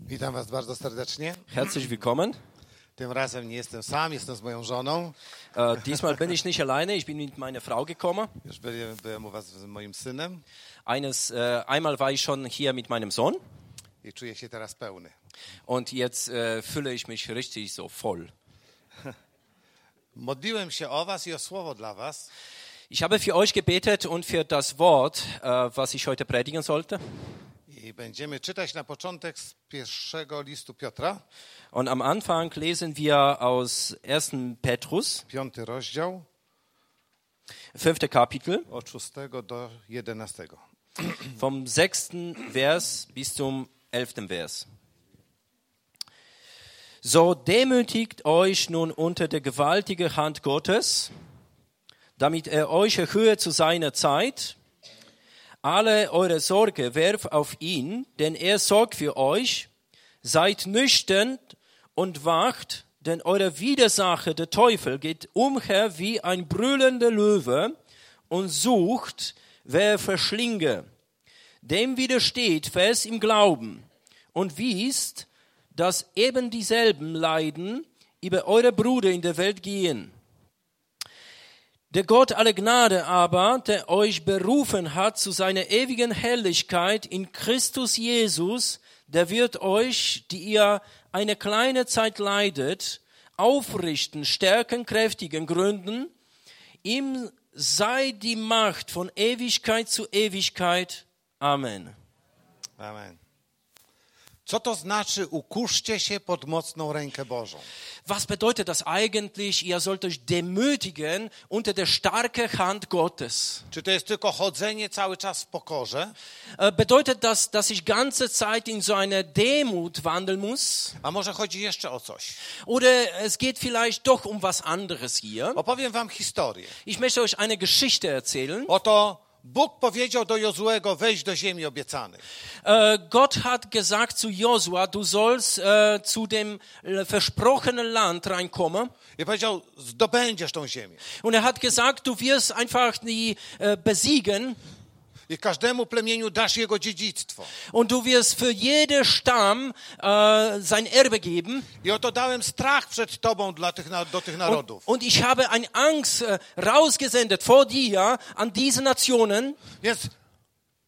Witam Was bardzo serdecznie. Herzlich willkommen. Tym razem nie jestem sam, jestem z moją żoną. Äh, diesmal bin ich nicht alleine, ich bin mit meiner Frau gekommen. Już byłem, byłem u Was z moim synem Eines, äh, einmal war ich schon hier mit meinem Sohn i czuję się teraz pełny. und jetzt äh, fühle ich mich richtig so voll. Modliłem się o Was i o słowo dla Was, Ich habe für euch gebetet und für das Wort, äh, was ich heute predigen sollte. i będziemy czytać na początek z pierwszego listu Piotra, Und am Anfang lesen wir aus 1. Petrus, piąty rozdział, 5. Kapitel, od 6 do 11. vom 6. Vers bis zum 11. Vers. So demütigt euch nun unter der gewaltigen Hand Gottes, damit er euch erhöhe zu seiner Zeit. Alle eure Sorge werft auf ihn, denn er sorgt für euch. Seid nüchtern und wacht, denn euer Widersacher, der Teufel, geht umher wie ein brüllender Löwe und sucht, wer er verschlinge. Dem widersteht fest im Glauben und wiest, dass eben dieselben Leiden über eure Brüder in der Welt gehen. Der Gott aller Gnade aber, der euch berufen hat zu seiner ewigen Herrlichkeit in Christus Jesus, der wird euch, die ihr eine kleine Zeit leidet, aufrichten, stärken, kräftigen, gründen. Ihm sei die Macht von Ewigkeit zu Ewigkeit. Amen. Amen. Co to znaczy ukuszcie się pod mocną rękę Bożą? Was bedeutet das eigentlich? Ihr sollt euch demütigen unter der starken Hand Gottes. Czy to jest tylko chodzenie cały czas w pokorze? Äh, Bedeutet das, dass ich ganze Zeit in so eine Demut wandeln muss? A może chodzi jeszcze o coś? Oder es geht vielleicht doch um was anderes hier. Opowiem wam historię. Ich möchte euch eine Geschichte erzählen. Oto Bóg powiedział do Jozłego, wejdź do ziemi obiecanej. Äh, Gott hat gesagt zu Josua, du sollst äh, zu dem äh, versprochenen Land reinkommen. I powiedział, zdobędziesz tą ziemię. Und er hat gesagt, du wirst einfach die äh, besiegen I każdemu plemieniu dasz jego dziedzictwo. und du wirst für jeden Stamm äh, sein Erbe geben. I oto dałem strach przed tobą dla tych, na- do tych narodów. Und ich habe eine Angst äh, rausgesendet vor dir an diese Nationen. Więc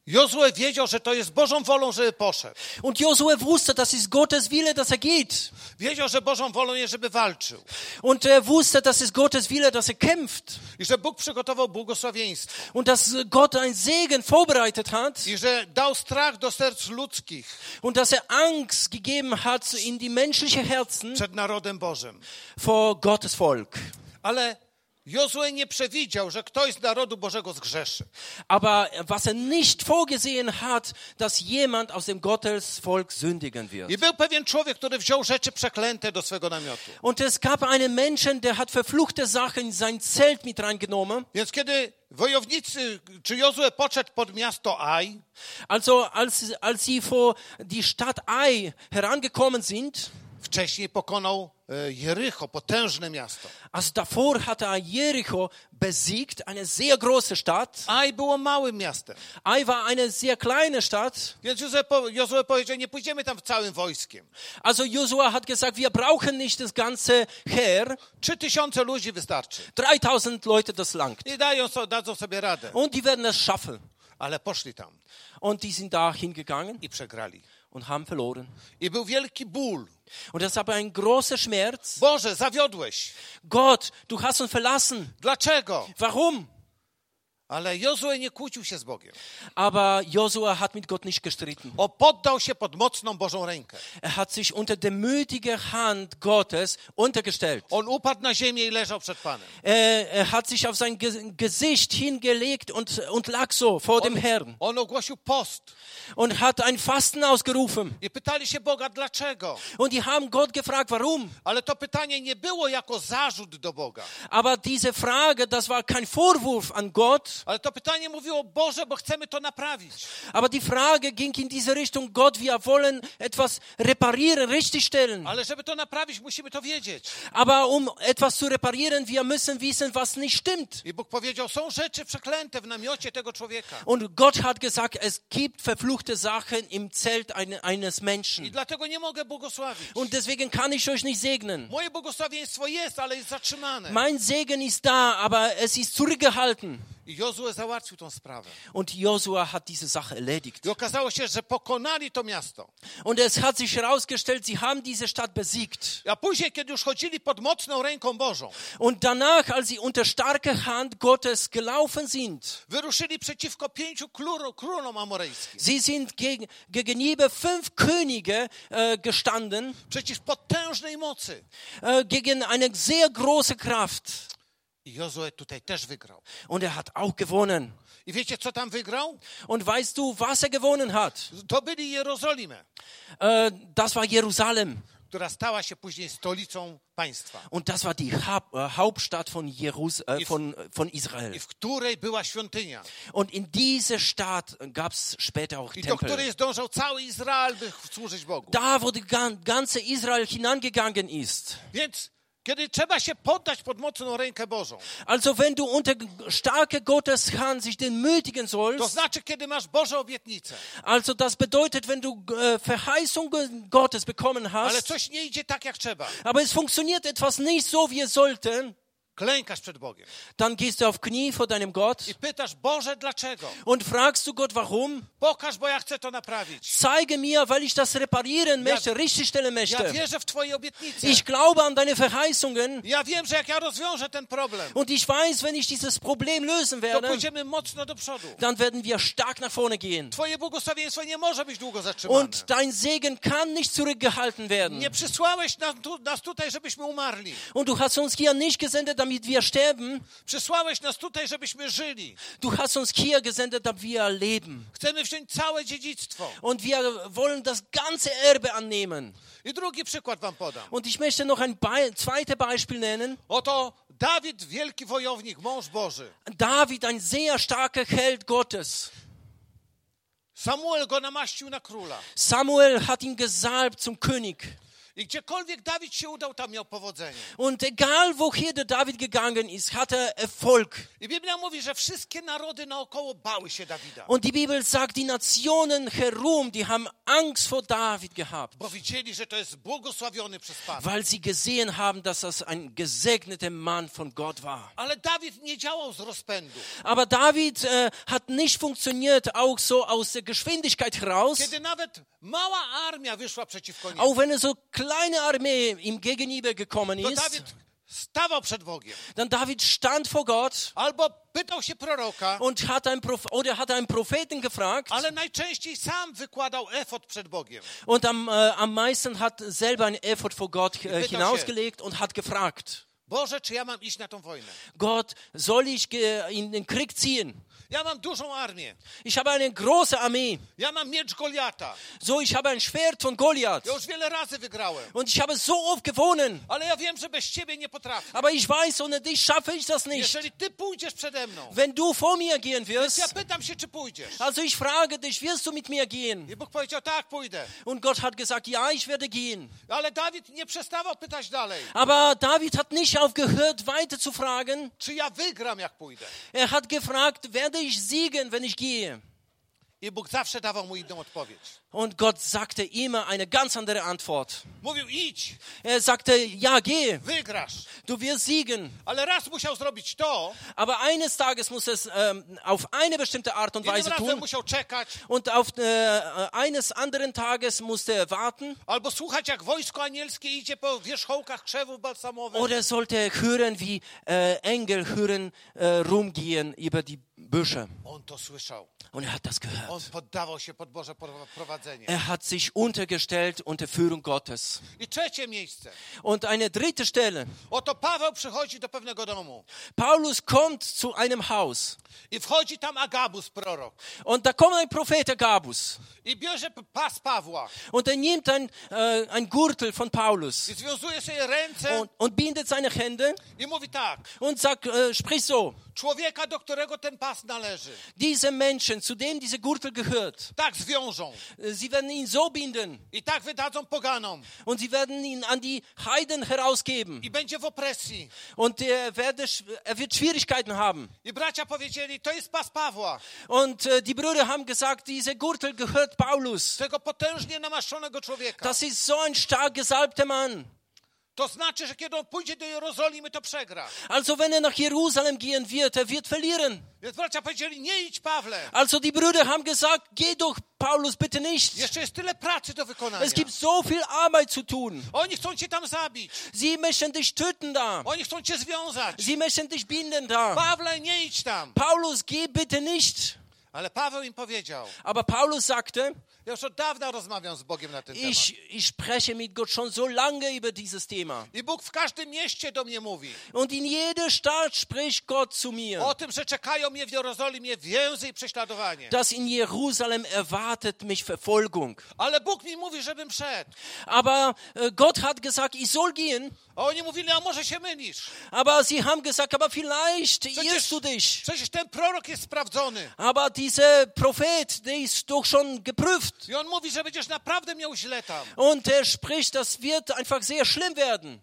Jozue wiedział, że to jest Bożą wolą, żeby poszedł. Und Josua wusste, das ist Gottes Wille, dass er geht. Wiedział, że Bożą wolą jest, żeby walczył. Und er wusste, dass es Gottes Wille, dass er kämpft. I że Bóg przygotował błogosławieństwo. Und dass äh, Gott einen Segen vorbereitet hat. I że dał strach do serc ludzkich Und dass er Angst gegeben hat in die menschlichen Herzen przed narodem Bożym. vor Gottes Volk. Ale Jozue nie przewidział, że ktoś z narodu Bożego zgrzeszy. Aber was er nicht vorgesehen hat, dass jemand aus dem Gottes Volk sündigen wird. I był pewien człowiek, który wziął rzeczy przeklęte do swego namiotu. Und es gab einen Menschen, der hat verfluchte Sachen in sein Zelt mit reingenommen. Więc kiedy wojownicy, czy Jozue podszedł pod miasto Aj, Also als, als sie vor die Stadt Ai herangekommen sind, wcześniej pokonał e, Jericho, potężne miasto. also davor hat er Jericho besiegt, eine sehr große Stadt. Aj było małym miastem. Ai war eine sehr kleine Stadt. Więc Jozue, po, Jozue powiedział, nie pójdziemy tam całym wojskiem. Also Josua hat gesagt, wir brauchen nicht das ganze Heer. Trzy tysiące ludzi wystarczy. 3000 Leute, das langt. I dają, so- dadzą sobie radę. Und die werden es schaffen. Ale poszli tam Und die sind da hingegangen i przegrali. und haben verloren. I był wielki ból. Und das ist aber ein großer Schmerz. Boże, zawiodłeś. Gott, du hast uns verlassen. Dlaczego? Warum? Ale Jozue nie kłócił się z Bogiem. Aber Josua hat mit Gott nicht gestritten. O, poddał się pod mocną Bożą rękę. Er hat sich unter der mütigen Hand Gottes untergestellt. On upadł na ziemię i leżał przed Panem. Er, er hat sich auf sein Ge- Gesicht hingelegt und, und lag so vor Oh. dem Herrn On ogłosił post. und hat ein Fasten ausgerufen. I pytali się Boga, dlaczego? Und die haben Gott gefragt, warum? Ale to pytanie nie było jako zarzut do Boga, Aber diese Frage, das war kein Vorwurf an Gott, Gott. Ale to pytanie mówiło, Boże, bo chcemy to naprawić. Aber die Frage ging in diese Richtung, Gott, wir wollen etwas reparieren, richtigstellen. Ale żeby to naprawić, musimy to wiedzieć. Aber um etwas zu reparieren, wir müssen wissen, was nicht stimmt. I Bóg powiedział, są rzeczy przeklęte w namiocie tego człowieka. Und Gott hat gesagt, es gibt verfluchte Sachen im Zelt eine- eines I Menschen. dlatego nie mogę błogosławić. Und deswegen kann ich euch nicht segnen. Moje błogosławieństwo jest, ale jest zatrzymane. Mein Segen ist da, aber es ist zurückgehalten. I Jozue załatwił tą sprawę. Und Josua hat diese Sache erledigt. I okazało się, że pokonali to miasto. Und es hat sich herausgestellt, sie haben diese Stadt besiegt. A później, kiedy już chodzili pod mocną ręką Bożą, Und danach, als sie unter starke Hand Gottes gelaufen sind, wyruszyli przeciwko pięciu klur- królom amorejskim. sie sind gegen, gegenüber fünf Könige äh, gestanden, Przeciw potężnej mocy. äh, gegen eine sehr große Kraft. I Jozue tutaj też wygrał. Und er hat auch gewonnen. I wiecie, co tam wygrał? Und weißt du, was er gewonnen hat? To byli Jerozolimę, Äh, das war Jerusalem. która stała się później stolicą państwa. Und das war die Haupt- äh, Hauptstadt von, Jerus äh, von, von I Israel. w której była świątynia. Und in diese Stadt gab es später auch I do Tempel. której zdążał cały Izrael, by służyć Bogu. Da, wo die gan- ganze Israel hineingegangen ist. Więc kiedy trzeba się poddać pod mocną rękę Bożą, Also wenn du unter starke Gottes Hand sich demütigen to sollst, znaczy, kiedy masz Boże obietnice, also das bedeutet, wenn du äh, Verheißungen Gottes bekommen ale hast, coś nie idzie tak, jak trzeba, aber es funktioniert etwas nicht so, wie es sollte, klękasz przed Bogiem dann gehst du auf Knie vor deinem i Gott pytasz, Boże, dlaczego? und fragst du Gott, warum? Pokaż, bo ja chcę to naprawić. Zeige mir, weil ich das reparieren möchte, richtigstellen Ja möchte. wierzę w Twoje obietnice. Ich glaube an deine Verheißungen Ja wiem, że jak ja rozwiążę ten problem, und ich weiß, wenn ich dieses Problem lösen to werde, pójdziemy mocno do przodu. dann werden wir stark nach vorne gehen. Twoje błogosławieństwo nie może być długo zatrzymane. Und dein Segen kann nicht zurückgehalten werden. Nie przysłałeś nam tu, nas tutaj, żebyśmy umarli. Und du hast uns hier nicht gesendet, damit wir sterben. Przysłałeś nas tutaj, żebyśmy żyli. Du hast uns hier gesendet, damit wir leben. Chcemy wziąć całe dziedzictwo. Und wir wollen das ganze Erbe annehmen. I drugi przykład wam podam. Und ich möchte noch ein Be zweites Beispiel nennen. Oto Dawid, wielki wojownik, mąż Boży. David, ein sehr starker Held Gottes. Samuel go namaścił na króla. Samuel hat ihn gesalbt zum König. I gdziekolwiek Dawid się udał, tam miał powodzenie. Und egal, woher der David gegangen ist, hat er Erfolg. I Biblia mówi, że wszystkie narody naokoło bały się Dawida, Und die Bibel sagt, die Nationen herum, die haben Angst vor David gehabt, bo widzieli, że to jest błogosławiony przez Pana. weil sie gesehen haben, dass das ein gesegneter Mann von Gott war. Ale Dawid nie działał z rozpędu. Aber David äh, hat nicht funktioniert, auch so aus der Geschwindigkeit heraus, Kiedy nawet mała armia wyszła przeciwko niemu, auch wenn eine so kleine Armee ihm gegenüber gekommen to ist. Dawid stawał przed Bogiem. Dann David stand vor Gott Albo pytał się proroka, und hat einen, Prof oder hat einen Propheten gefragt ale najczęściej sam wykładał efot przed Bogiem. und am, äh, am meisten hat selber ein Effort vor Gott äh, bitte hinausgelegt und hat gefragt, Boże, czy ja mam iść na tą wojnę? Gott, soll ich ge- in den Krieg ziehen? Ja mam dużą armię. Ich habe eine große Armee, Ja mam miecz Goliata. so ich habe ein Schwert von Goliath Ja już wiele razy wygrałem. und ich habe so oft gewonnen, Ale ja wiem, że bez ciebie nie potrafię. aber ich weiß, ohne dich schaffe ich das nicht. Jeżeli ty pójdziesz przede mną, Wenn du vor mir gehen ja wirst, pytam się, czy pójdziesz. also ich frage dich, wirst du mit mir gehen? I Bóg powiedział, tak, pójdę. Und Gott hat gesagt, ja, ich werde gehen. Ale Dawid nie przestawał pytać dalej, Aber David hat nicht aufgehört, weiter zu fragen. czy ja wygram, jak pójdę. Er hat gefragt, werde ich siegen, wenn ich gehe? I Bóg zawsze dawał mu inną odpowiedź. Und Gott sagte immer eine ganz andere Antwort. Mówił, idź, Er sagte, ja, geh, wygrasz. du wirst siegen. Ale raz musiał zrobić to, Aber eines Tages muss es ähm, auf eine bestimmte Art und innym Weise razem tun. musiał czekać, Und auf äh, eines anderen Tages musste er warten. albo słuchać, jak wojsko anielskie idzie po wierzchołkach krzewów balsamowych. Oder sollte er hören, wie äh, Engel hören, äh, rumgehen über die Büsche. On to słyszał. Und er hat das gehört. On poddawał się pod Boże prowadzenie. Er hat sich untergestellt unter Führung Gottes. I trzecie miejsce. Und eine dritte Stelle. Oto Paweł przychodzi do pewnego domu Paulus kommt zu einem Haus i wchodzi tam Agabus, prorok, und da kommt ein Prophet Agabus i bierze p- pas Pawła und er nimmt ein, äh, ein Gürtel von Paulus i związuje sobie ręce und, und bindet seine Hände i mówi tak, und sagt, äh, sprich so, człowieka, do którego ten pas należy, diese Menschen, zu denen dieser Gürtel gehört, tak zwiążą äh, sie werden ihn so binden i tak wydadzą poganom und sie werden ihn an die Heiden herausgeben i będzie w opresji. und er, werde, sch- er wird Schwierigkeiten haben. I bracia powiedzieli, to jest pas Pawła, Und äh, die Brüder haben gesagt, dieser Gürtel gehört Paulus. tego potężnie namaszczonego człowieka. Das ist so ein stark gesalbter Mann. To znaczy, że kiedy on pójdzie do Jerozolimy, to przegra. Also wenn er nach Jerusalem gehen wird, er wird verlieren. Więc bracia powiedzieli, nie idź Pawle, Also die Brüder haben gesagt, geh doch Paulus bitte nicht. jeszcze jest tyle pracy do wykonania. Es gibt so viel Arbeit zu tun. Oni chcą cię tam zabić, Sie möchten dich töten da. oni chcą cię związać. Sie möchten dich binden da. Pawle, nie idź tam. Paulus, geh bitte nicht. Ale Paweł im powiedział, Aber Paulus sagte, ja już od dawna rozmawiam z Bogiem na ten temat. ich, ich spreche mit Gott schon so lange über dieses Thema. I Bóg w każdym mieście do mnie mówi Und in jeder Stadt spricht Gott zu o mir, tym, że czekają mnie w Jerozolimie więzy i prześladowanie. dass in Jerusalem erwartet mich Verfolgung. Ale Bóg mi mówi, żebym szedł. Aber äh, Gott hat gesagt, ich soll gehen. A oni mówili, a może się mylisz? Aber sie haben gesagt, aber vielleicht irrst du dich. Przecież ten prorok jest sprawdzony. Aber dieser Prophet, der ist doch schon geprüft. I on mówi, że będziesz naprawdę miał źle tam. Und er spricht, das wird einfach sehr schlimm werden.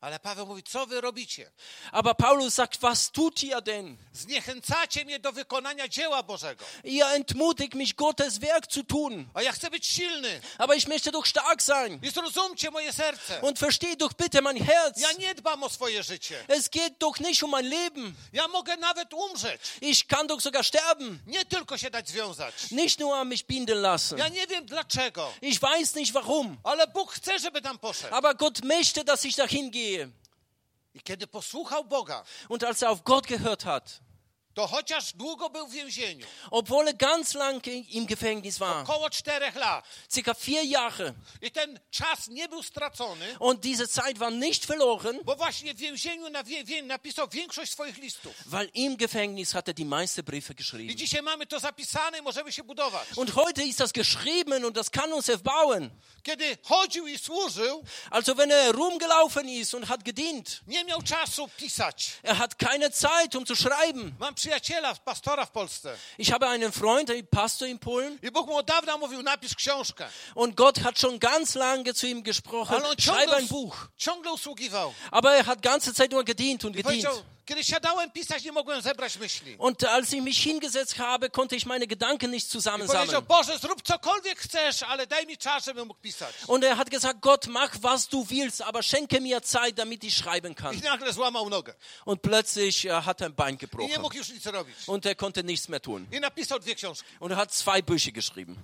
Ale Paweł mówi, co wy robicie? Aber Paulus sagt, was tut ihr denn? Zniechęcacie mnie do wykonania dzieła Bożego. Ihr entmutigt mich, Gottes Werk zu tun. A ja chcę być silny. Aber ich möchte doch stark sein. I zrozumcie moje serce. Und verstehe doch bitte mein Herz. Ja nie dbam o swoje życie. Es geht doch nicht um mein Leben. Ja mogę nawet umrzeć. Ich kann doch sogar sterben. Nie tylko się dać związać. Nicht nur an mich binden lassen. Ja nie wiem dlaczego, Ich weiß nicht warum. ale Bóg chce, żeby tam poszedł. Aber Gott möchte, dass ich dahin gehe. I kiedy posłuchał Boga, Und als er auf Gott gehört hat, to chociaż długo był w więzieniu, obwohl er ganz lang im Gefängnis war, około czterech lat, circa vier Jahre, i ten czas nie był stracony, und diese Zeit war nicht verloren, bo właśnie w więzieniu nawi- wie- napisał większość swoich listów. weil im Gefängnis hat er die meisten Briefe I geschrieben. dzisiaj mamy to zapisane i możemy się budować. Und heute ist das geschrieben und das kann uns erbauen. Kiedy chodził i służył, Also wenn er rumgelaufen ist und hat gedient, nie miał czasu pisać. er hat keine Zeit, um zu schreiben. Mam przyjaciela, pastora w Polsce. Ich habe einen Freund, einen Pastor in Polen, I Bóg mu od dawna mówił, napisz książkę. und Gott hat schon ganz lange zu ihm gesprochen, Ale on schreibe ciągle, ein Buch. ciągle usługiwał. Aber er hat ganze Zeit nur gedient und gedient. Powiedział, kiedy siadałem pisać, nie mogłem zebrać myśli. Und als ich mich hingesetzt habe, konnte ich meine Gedanken nicht Powiedział, zusammensammeln. Boże, zrób cokolwiek chcesz, ale daj mi czas, żebym mógł pisać. Und er hat gesagt, Gott, mach was du willst, aber schenke mir Zeit, damit ich schreiben I kann. nagle złamał nogę. Und plötzlich äh, hat er ein Bein I nie gebrochen mógł już nic robić. und er konnte nichts mehr tun. I napisał dwie książki. Und er hat zwei Bücher geschrieben.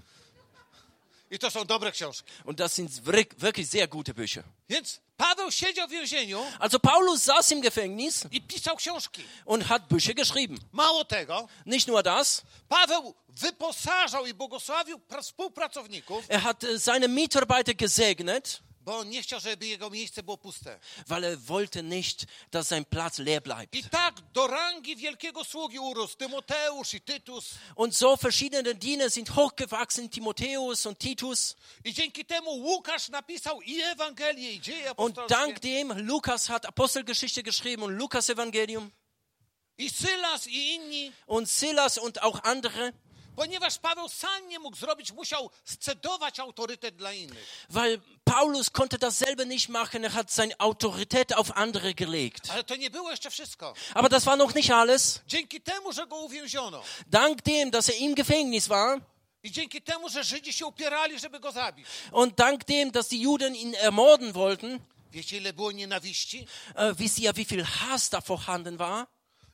I to są dobre książki. Und das sind wirk- wirklich sehr gute Bücher. Więc Paweł siedział w więzieniu Also Paulus saß im Gefängnis i pisał książki. und hat Bücher geschrieben. Mało tego, Nicht nur das, Paweł wyposażał i błogosławił pra- współpracowników, er hat äh, seine Mitarbeiter gesegnet, bo on nie chciał, żeby jego miejsce było puste. weil er wollte nicht, dass sein Platz leer bleibt. I tak do rangi wielkiego sługi urósł Tymoteusz i Tytus. Und so verschiedene Diener sind hochgewachsen, Timotheus und Titus. I dzięki temu Łukasz napisał i Ewangelię, i dzieje Und dank apostolskie. dem, Lukas hat Apostelgeschichte geschrieben und Lukas Evangelium I Sylas i inni. und Silas und auch andere, Ponieważ Paweł sam nie mógł zrobić, musiał scedować autorytet dla innych. weil Paulus konnte dasselbe nicht machen. Er hat seine Autorität auf andere gelegt. Ale to nie było jeszcze wszystko. Aber das war noch nicht alles. Dzięki temu, że go uwięziono Dank dem, dass er im Gefängnis war i dzięki temu, że Żydzi się upierali, żeby go zabić. und dank dem, dass die Juden ihn ermorden wollten, Wiecie, ile było nienawiści? äh, wisst ihr, wie viel Hass da vorhanden war?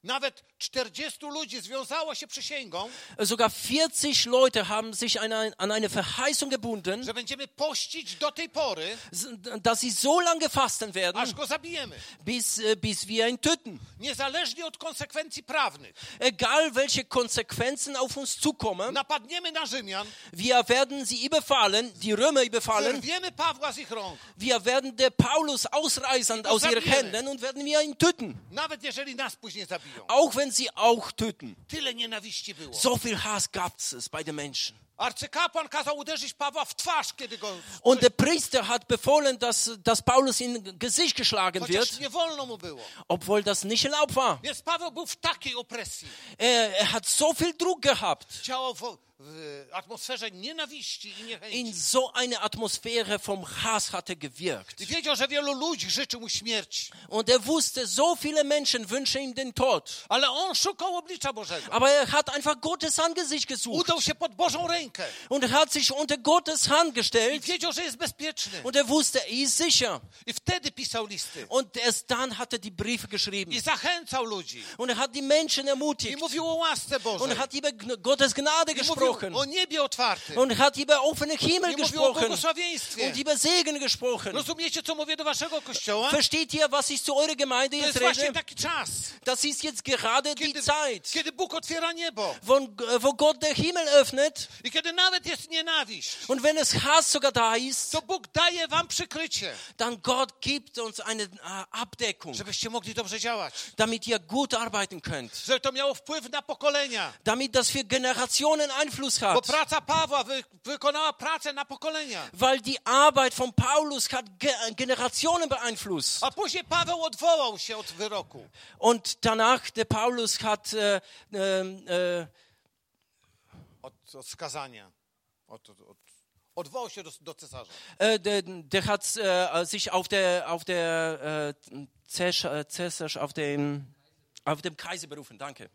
Nawet 40 ludzi związało się przysięgą, Äh, Sogar 40 Leute haben sich an, ein, an eine Verheißung gebunden, że będziemy pościć do tej pory, s- dass sie so lange fasten aż werden, go zabijemy. bis, äh, bis wir ihn töten. Niezależnie od konsekwencji prawnych. Egal welche Konsequenzen auf uns zukommen, Napadniemy na Rzymian, wir werden sie überfallen, die Römer überfallen, wyrwiemy Pawła z ich rąk. wir werden der Paulus ausreißen aus ihren Händen und werden wir ihn töten. Nawet jeżeli nas później zabiją. Auch wenn sie auch töten. Tyle nienawiści było. So viel Hass gab es bei den Menschen. Arcykapłan kazał uderzyć Pawła w twarz, kiedy go... Und der Priester hat befohlen, dass, dass Paulus in Gesicht geschlagen Chociaż wird, nie wolno mu było. obwohl das nicht erlaubt war. Więc Paweł był w takiej opresji. Er, er hat so viel Druck gehabt, Ciało w, w atmosferze nienawiści i in niechęci. so eine Atmosphäre vom Hass hat er gewirkt. I wiedział, że wielu ludzi życzy mu śmierci. Und er wusste, so viele Menschen wünschen ihm den Tod. Ale on szukał oblicza Bożego. Aber er hat einfach Gottes Angesicht gesucht Udał się pod Bożą rękę. und er hat sich unter Gottes Hand I gestellt wiedział, że jest bezpieczny. und er wusste, er ist sicher. I wtedy pisał listy. Und erst dann hat er die Briefe geschrieben I zachęcał ludzi. und er hat die Menschen I ermutigt mówił o łasce und Bożej. er hat über Gn- Gottes Gnade I mówił gesprochen. o niebie otwartym. und hat über offenen Himmel I mówił o gesprochen błogosławieństwie. und über Segen gesprochen. Rozumiecie, co mówię do waszego kościoła? Versteht ihr, was ich zu eurer Gemeinde To jest jetzt właśnie rede? taki czas, Das ist jetzt gerade die kiedy, Zeit, kiedy Bóg otwiera niebo von, äh, wo Gott den Himmel öffnet i kiedy nawet jest nienawiść, und wenn es Hass sogar da ist, to Bóg daje wam przykrycie, dann Gott gibt uns eine äh, Abdeckung, żebyście mogli dobrze działać, damit ihr gut arbeiten könnt, żeby to miało wpływ na pokolenia. damit das für Generationen Einfluss Bo hat. praca Pawła wy, wykonała pracę na pokolenia. Weil die Arbeit von Paulus hat Ge äh, Generationen beeinflusst. A później Paweł odwołał się od wyroku. Und danach, der Paulus hat äh, ähm, äh, Od, od skazania. Od, od, od, odwołał się do, do cesarza. Äh, der, der hat äh, sich auf der auf der äh, Cäsar, äh, Cäsars- auf dem auf dem Kaiser berufen. Danke.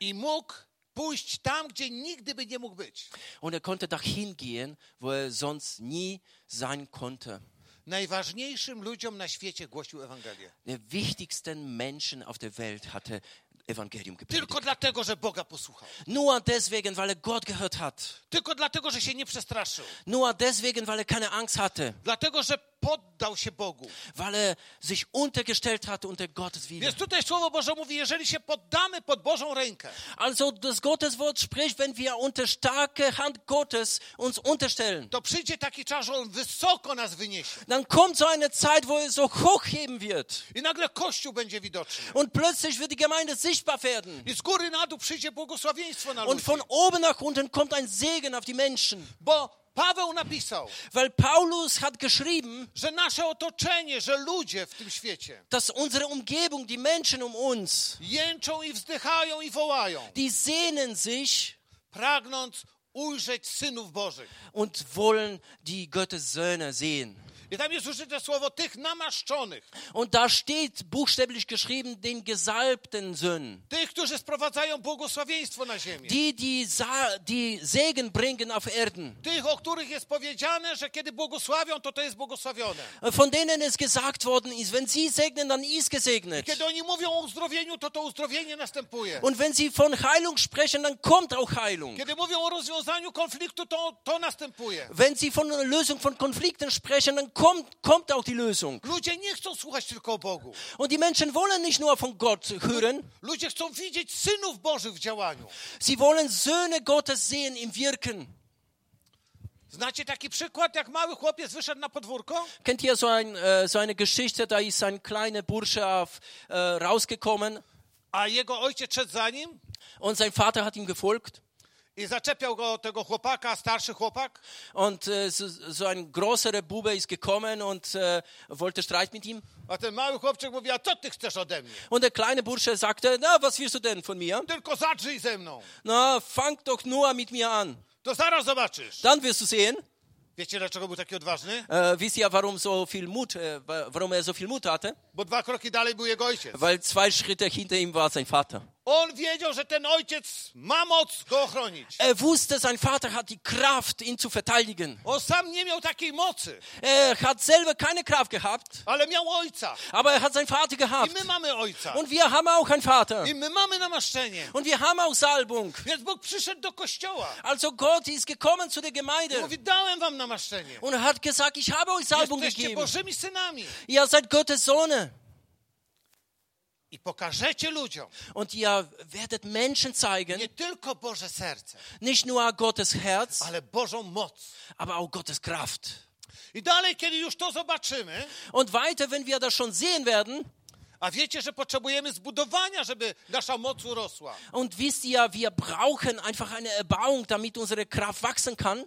I mógł pójść tam, gdzie nigdy by nie mógł być. Und er konnte dahin gehen, wo er sonst nie sein konnte. Najważniejszym ludziom na świecie głosił Ewangelię. Der wichtigsten Menschen auf der Welt hatte Evangelium gepredigt. Tylko dlatego, że Boga posłuchał. Nur deswegen, weil er Gott gehört hat. Tylko dlatego, że się nie przestraszył. Nur deswegen, weil er keine Angst hatte, Dlatego, że poddał się Bogu. weil er sich untergestellt hat unter Gottes Wille. Więc tutaj Słowo Boże mówi, jeżeli się poddamy pod Bożą rękę, Also das Gotteswort spricht, wenn wir unter starke Hand Gottes uns unterstellen. to przyjdzie taki czas, że On wysoko nas wyniesie. dann kommt so eine Zeit, wo er so hochheben wird. I nagle Kościół będzie widoczny. Und plötzlich wird die Gemeinde sichtbar werden. I z góry na dół przyjdzie błogosławieństwo na Und ludzi. von oben nach unten kommt ein Segen auf die Menschen. Bo Paweł napisał, Weil Paulus hat geschrieben, że nasze otoczenie, że ludzie w tym świecie dass unsere Umgebung, die Menschen um uns, jęczą i wzdychają i wołają, die sehnen sich pragnąc ujrzeć synów Bożych. und wollen die Gottessöhne sehen. I tam jest użyte słowo tych namaszczonych, Und da steht buchstäblich geschrieben, den gesalbten Söhnen. tych, którzy sprowadzają błogosławieństwo na ziemię. Die, die, Sa die Segen bringen auf Erden. Tych, o których jest powiedziane, że kiedy błogosławią, to to jest błogosławione. Von denen es gesagt worden ist, wenn sie segnen, dann ist gesegnet. Kiedy oni mówią o uzdrowieniu, to to uzdrowienie następuje. Und wenn sie von Heilung sprechen, dann kommt auch Heilung. Kiedy mówią o rozwiązaniu konfliktu, to to następuje. Wenn sie von einer Lösung von Konflikten sprechen, dann kommt, kommt auch die Lösung. Ludzie nie chcą słuchać tylko o Bogu. Und die Menschen wollen nicht nur von Gott hören, Ludzie chcą widzieć synów Bożych w działaniu. sie wollen Söhne Gottes sehen im Wirken. Znacie taki przykład, jak mały chłopiec wyszedł na podwórko Kennt ihr so, ein, äh, so eine Geschichte, da ist ein kleiner Bursche auf, äh, rausgekommen a jego ojciec szedł za nim und sein Vater hat ihm gefolgt. i zaczepiał go tego chłopaka, starszy chłopak, Und äh, so, so ein größerer Bube ist gekommen und äh, wollte Streit mit ihm. a ten mały chłopczyk mówi, a co ty chcesz ode mnie? Und der kleine Bursche sagte, na, was willst du denn von mir? Tylko zadrzyj ze mną, Na, fang doch nur mit mir an. to zaraz zobaczysz. Dann wirst du sehen, Wiecie, dlaczego był taki odważny? äh, wisst ihr, warum, so viel Mut, äh, wa- warum er so viel Mut hatte? bo dwa kroki dalej był jego ojciec. weil zwei Schritte hinter ihm war sein Vater. On wiedział, że ten ojciec ma moc go ochronić. Er wusste, sein Vater hat die Kraft, ihn zu verteidigen. On sam nie miał takiej mocy, Er hat selber keine Kraft gehabt, ale miał ojca. aber er hat seinen Vater I gehabt. my mamy ojca. Und wir haben auch einen Vater. I my mamy namaszczenie. Und wir haben auch Salbung. Więc Bóg przyszedł do kościoła Also Gott ist gekommen zu der i Gemeinde mówi, dałem wam namaszczenie. und hat gesagt, ich habe euch Salbung Jesteście gegeben. Bożymi synami. Ihr seid Gottes Söhne. I pokażecie ludziom Und ihr werdet Menschen zeigen, nie tylko Boże serce, nicht nur Gottes Herz, ale Bożą moc. aber auch Gottes Kraft. I dalej, kiedy już to zobaczymy, Und weiter, wenn wir das schon sehen werden, a wiecie, że potrzebujemy zbudowania, żeby nasza moc urosła. und wisst ihr, wir brauchen einfach eine Erbauung, damit unsere Kraft wachsen kann.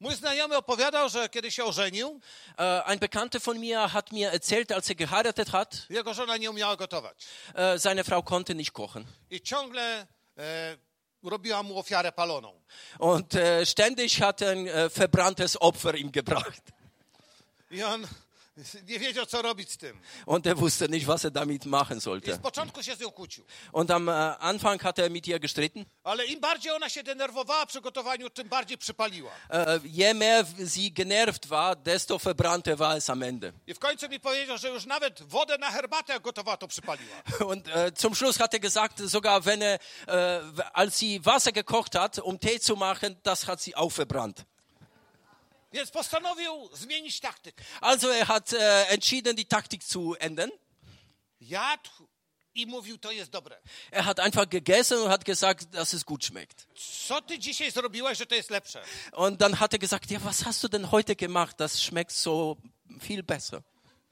Mój znajomy opowiadał, że kiedy się ożenił, Äh, ein Bekannter von mir hat mir erzählt, als er geheiratet hat, jego żona nie umiała gotować. äh, seine Frau konnte nicht kochen. I ciągle e, robiła mu ofiarę paloną. Und äh, ständig hat er ein äh, verbranntes Opfer ihm gebracht. I on nie wiedział, co robić z tym. Und er wusste nicht, was er damit machen I z sollte. początku się z nią kłócił. Und am äh, Anfang hat er mit ihr gestritten. Ale im bardziej ona się denerwowała przy gotowaniu, tym bardziej przypaliła. Äh, je mehr sie genervt war, desto verbrannter war es am Ende. I w końcu mi powiedział, że już nawet wodę na herbatę jak gotowała, to przypaliła. Und äh, zum Schluss hat er gesagt, sogar wenn er, äh, als sie Wasser gekocht hat, um Tee zu machen, das hat sie auch verbrannt. Więc postanowił zmienić taktykę. Also er hat äh, entschieden, die Taktik zu ändern. Jadł i mówił, to jest dobre. Er hat einfach gegessen und hat gesagt, dass es gut schmeckt. Co ty dzisiaj zrobiłeś, że to jest lepsze? Und dann hat er gesagt, ja, was hast du denn heute gemacht? Das schmeckt so viel besser.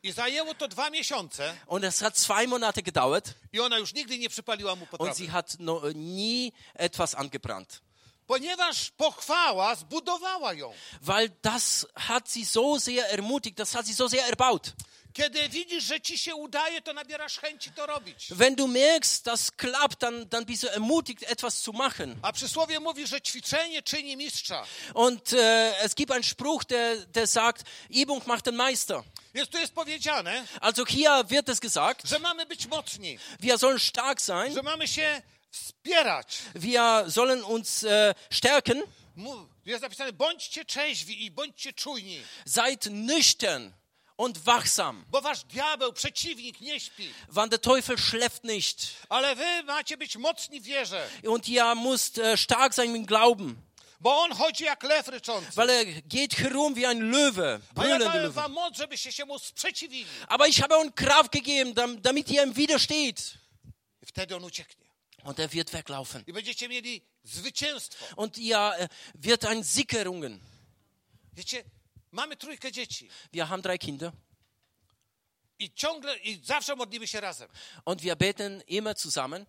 I zajęło to dwa miesiące Und es hat zwei Monate gedauert i ona już nigdy nie przypaliła mu und potrawy. sie hat no, nie etwas angebrannt. Ponieważ pochwała zbudowała ją. Weil das hat sie so sehr ermutigt, das hat sie so sehr erbaut. Kiedy widzisz, że ci się udaje, to nabierasz chęci to robić. Wenn du merkst, das klappt, dann, dann bist du ermutigt, etwas zu machen. A przysłowie mówi, że ćwiczenie czyni mistrza. Und äh, es gibt einen Spruch, der, der sagt, Übung macht den Meister. Więc tu jest powiedziane, Also hier wird es gesagt, że mamy być mocni, wir sollen stark sein, że mamy się wspierać. wir sollen uns äh, stärken, Mu- Jest napisane, bądźcie trzeźwi i bądźcie czujni, seid nüchtern und wachsam, bo wasz diabeł, przeciwnik nie śpi. wann der Teufel schläft nicht. Ale wy macie być mocni w wierze, Und ihr müsst äh, stark sein im Glauben, bo on chodzi jak lew ryczący. weil er geht herum wie ein Löwe, A ja brüllender dałem Löwe. wam moc, żebyście się mu sprzeciwili. Aber ich habe euch Kraft gegeben, dam- damit ihr ihm widersteht. I wtedy on ucieknie. Und er wird weglaufen. I będziecie mieli zwycięstwo. und ihr äh, wird ein Sickerungen. Wiecie, mamy trójkę dzieci Wir haben drei Kinder i ciągle, i zawsze modlimy się razem. und wir beten immer zusammen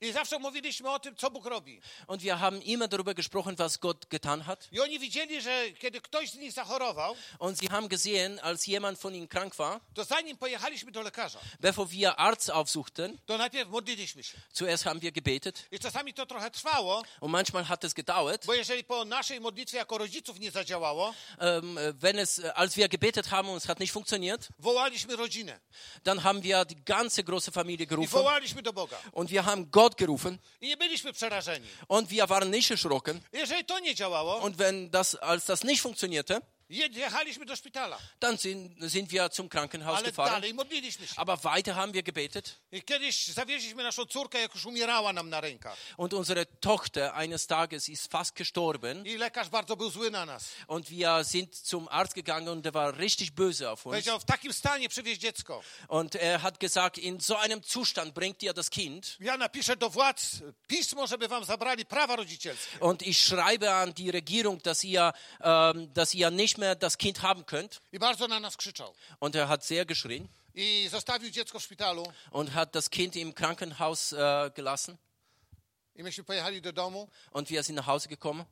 I zawsze mówiliśmy o tym, co Bóg robi. und wir haben immer darüber gesprochen, was Gott getan hat. I oni widzieli, że kiedy ktoś z nich zachorował, Und sie haben gesehen, als jemand von ihnen krank war, to zanim pojechaliśmy do lekarza, bevor wir Arzt aufsuchten, to najpierw modliliśmy się. zuerst haben wir gebetet I czasami to trochę trwało, und manchmal hat es gedauert. bo jeżeli po naszej modlitwie jako rodziców nie zadziałało, Ähm, äh, wenn es, äh, als wir gebetet haben und es hat nicht funktioniert, wołaliśmy rodzinę dann haben wir die ganze große Familie i gerufen wołaliśmy do Boga. und wir haben Gott gerufen I nie byliśmy przerażeni. und wir waren nicht erschrocken. Jeżeli to nie działało, Und wenn das, als das nicht funktionierte, je- jechaliśmy do szpitala, dann sind, sind wir zum Krankenhaus ale gefahren. dalej modliliśmy się. Aber weiter haben wir gebetet I kiedyś zawieźliśmy naszą córkę, jak już umierała nam na rękach. und unsere Tochter eines Tages ist fast gestorben I lekarz bardzo był zły na nas. und wir sind zum Arzt gegangen und der war richtig böse auf uns Powiedział, w takim stanie przywieź dziecko. und er hat gesagt, in so einem Zustand bringt ihr das Kind Ja napiszę do władz pismo, żeby wam zabrali prawa rodzicielskie. und ich schreibe an die Regierung, dass ihr, ähm, dass ihr nicht mehr das Kind haben könnt. I bardzo na nas krzyczał. Und er hat sehr geschrien I zostawił dziecko w szpitalu. und hat das Kind im Krankenhaus äh, gelassen I myśmy pojechali do domu, und wir sind nach Hause gekommen.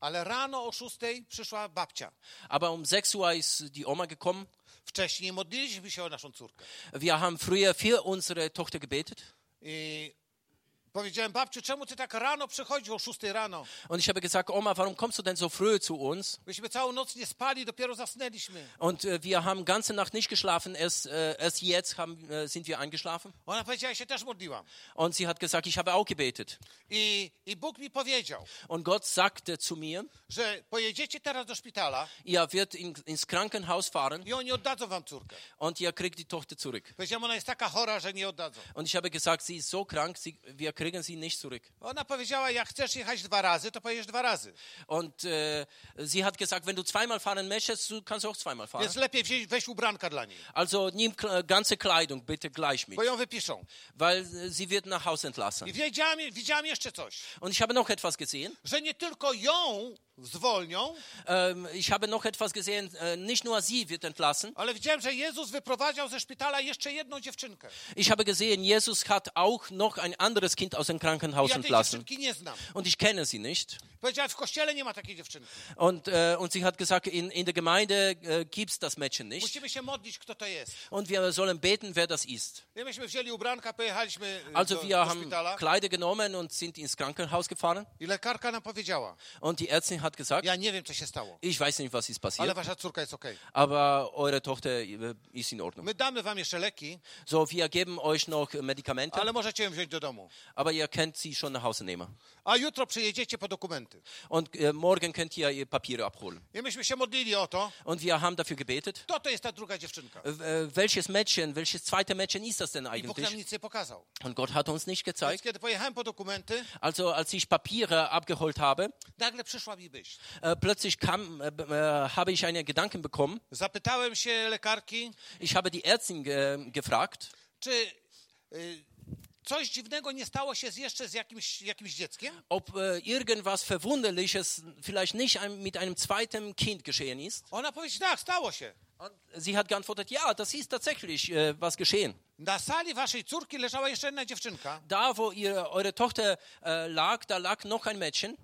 ale rano o szóstej przyszła babcia. Aber um 6 Uhr ist die Oma gekommen. Wcześniej modliliśmy się o naszą córkę. Wir haben früher für unsere Tochter gebetet. I Powiedziałem, babciu, czemu ty tak rano przychodził o 6 rano? Und ich habe gesagt, Oma, warum kommst du denn so früh zu uns? Myśmy całą noc nie spali, dopiero zasnęliśmy. Und äh, wir haben ganze Nacht nicht geschlafen, erst, äh, erst jetzt haben, äh, sind wir eingeschlafen. Ona powiedziała, ja się też modliłam. Und sie hat gesagt, ich habe auch gebetet. I, I Bóg mi powiedział, Und Gott sagte zu mir, że pojedziecie teraz do szpitala ihr wird in, ins Krankenhaus fahren i oni oddadzą wam córkę. und ihr kriegt die Tochter zurück. Powiedziałem, ona jest taka chora, że nie oddadzą. Und ich habe gesagt, sie ist so krank, sie, wir kriegen sie nicht zurück. Ona powiedziała, jak chcesz jechać dwa razy, to pojedziesz dwa razy. Und äh, sie hat gesagt, wenn du zweimal fahren möchtest, du kannst auch zweimal fahren. Więc lepiej wziąć, weź ubranka dla niej, Also nimm kl- ganze Kleidung bitte gleich mit, bo ją wypiszą. weil äh, sie wird nach Hause I entlassen. wiedziałem, widziałem jeszcze coś, Und ich habe noch etwas gesehen. że nie tylko ją zwolnią, Ähm, ich habe noch etwas gesehen. Äh, nicht nur sie wird entlassen. ale widziałem, że Jezus wyprowadział ze szpitala jeszcze jedną dziewczynkę. Ich habe gesehen, Jesus hat auch noch ein anderes Kind aus dem I Krankenhaus ja tej entlassen. dziewczynki nie znam. Und ich kenne sie nicht. Powiedziałem, w kościele nie ma takiej dziewczynki. Und, äh, und sie hat gesagt, in, in der Gemeinde äh, gibt's das Mädchen nicht. Musimy się modlić, kto to jest. Und wir sollen beten, wer das ist. I myśmy wzięli ubranka, pojechaliśmy e, Also do, wir do haben szpitala Kleider genommen und sind ins Krankenhaus gefahren. i lekarka nam powiedziała, Und die Ärztin hat gesagt, ja nie wiem, co się stało, ich weiß nicht, was ist ale passiert, wasza córka jest okej. aber eure Tochter äh, ist in Ordnung. My damy wam jeszcze leki, So, wir geben euch noch Medikamente, ale możecie ją wziąć do domu. aber ihr könnt sie schon nach Hause nehmen. A jutro przyjedziecie po dokumenty. Und äh, morgen könnt ihr ihr Papiere abholen. I myśmy się modlili o to, Und wir haben dafür gebetet. kto to jest ta druga dziewczynka. Äh, äh, welches Mädchen, welches zweite Mädchen ist das denn I Bóg nam eigentlich? nic nie pokazał. Und Gott hat uns nicht Więc gezeigt. kiedy pojechałem po dokumenty, Also, als ich Papiere abgeholt habe, nagle przyszła mi myśl. Äh, plötzlich kam, äh, b- äh, habe ich einen Gedanken bekommen. Zapytałem się lekarki, Ich habe die Ärztin ge gefragt, czy y, coś dziwnego nie stało się z jeszcze z jakimś, jakimś dzieckiem? ob äh, irgendwas Verwunderliches vielleicht nicht ein, mit einem zweiten Kind geschehen ist. Ona powiedziała, tak, stało się. Und sie hat geantwortet, ja, das ist tatsächlich äh, was geschehen. Na sali waszej córki leżała jeszcze jedna dziewczynka Da, wo ihre, eure Tochter äh, lag, da lag noch ein Mädchen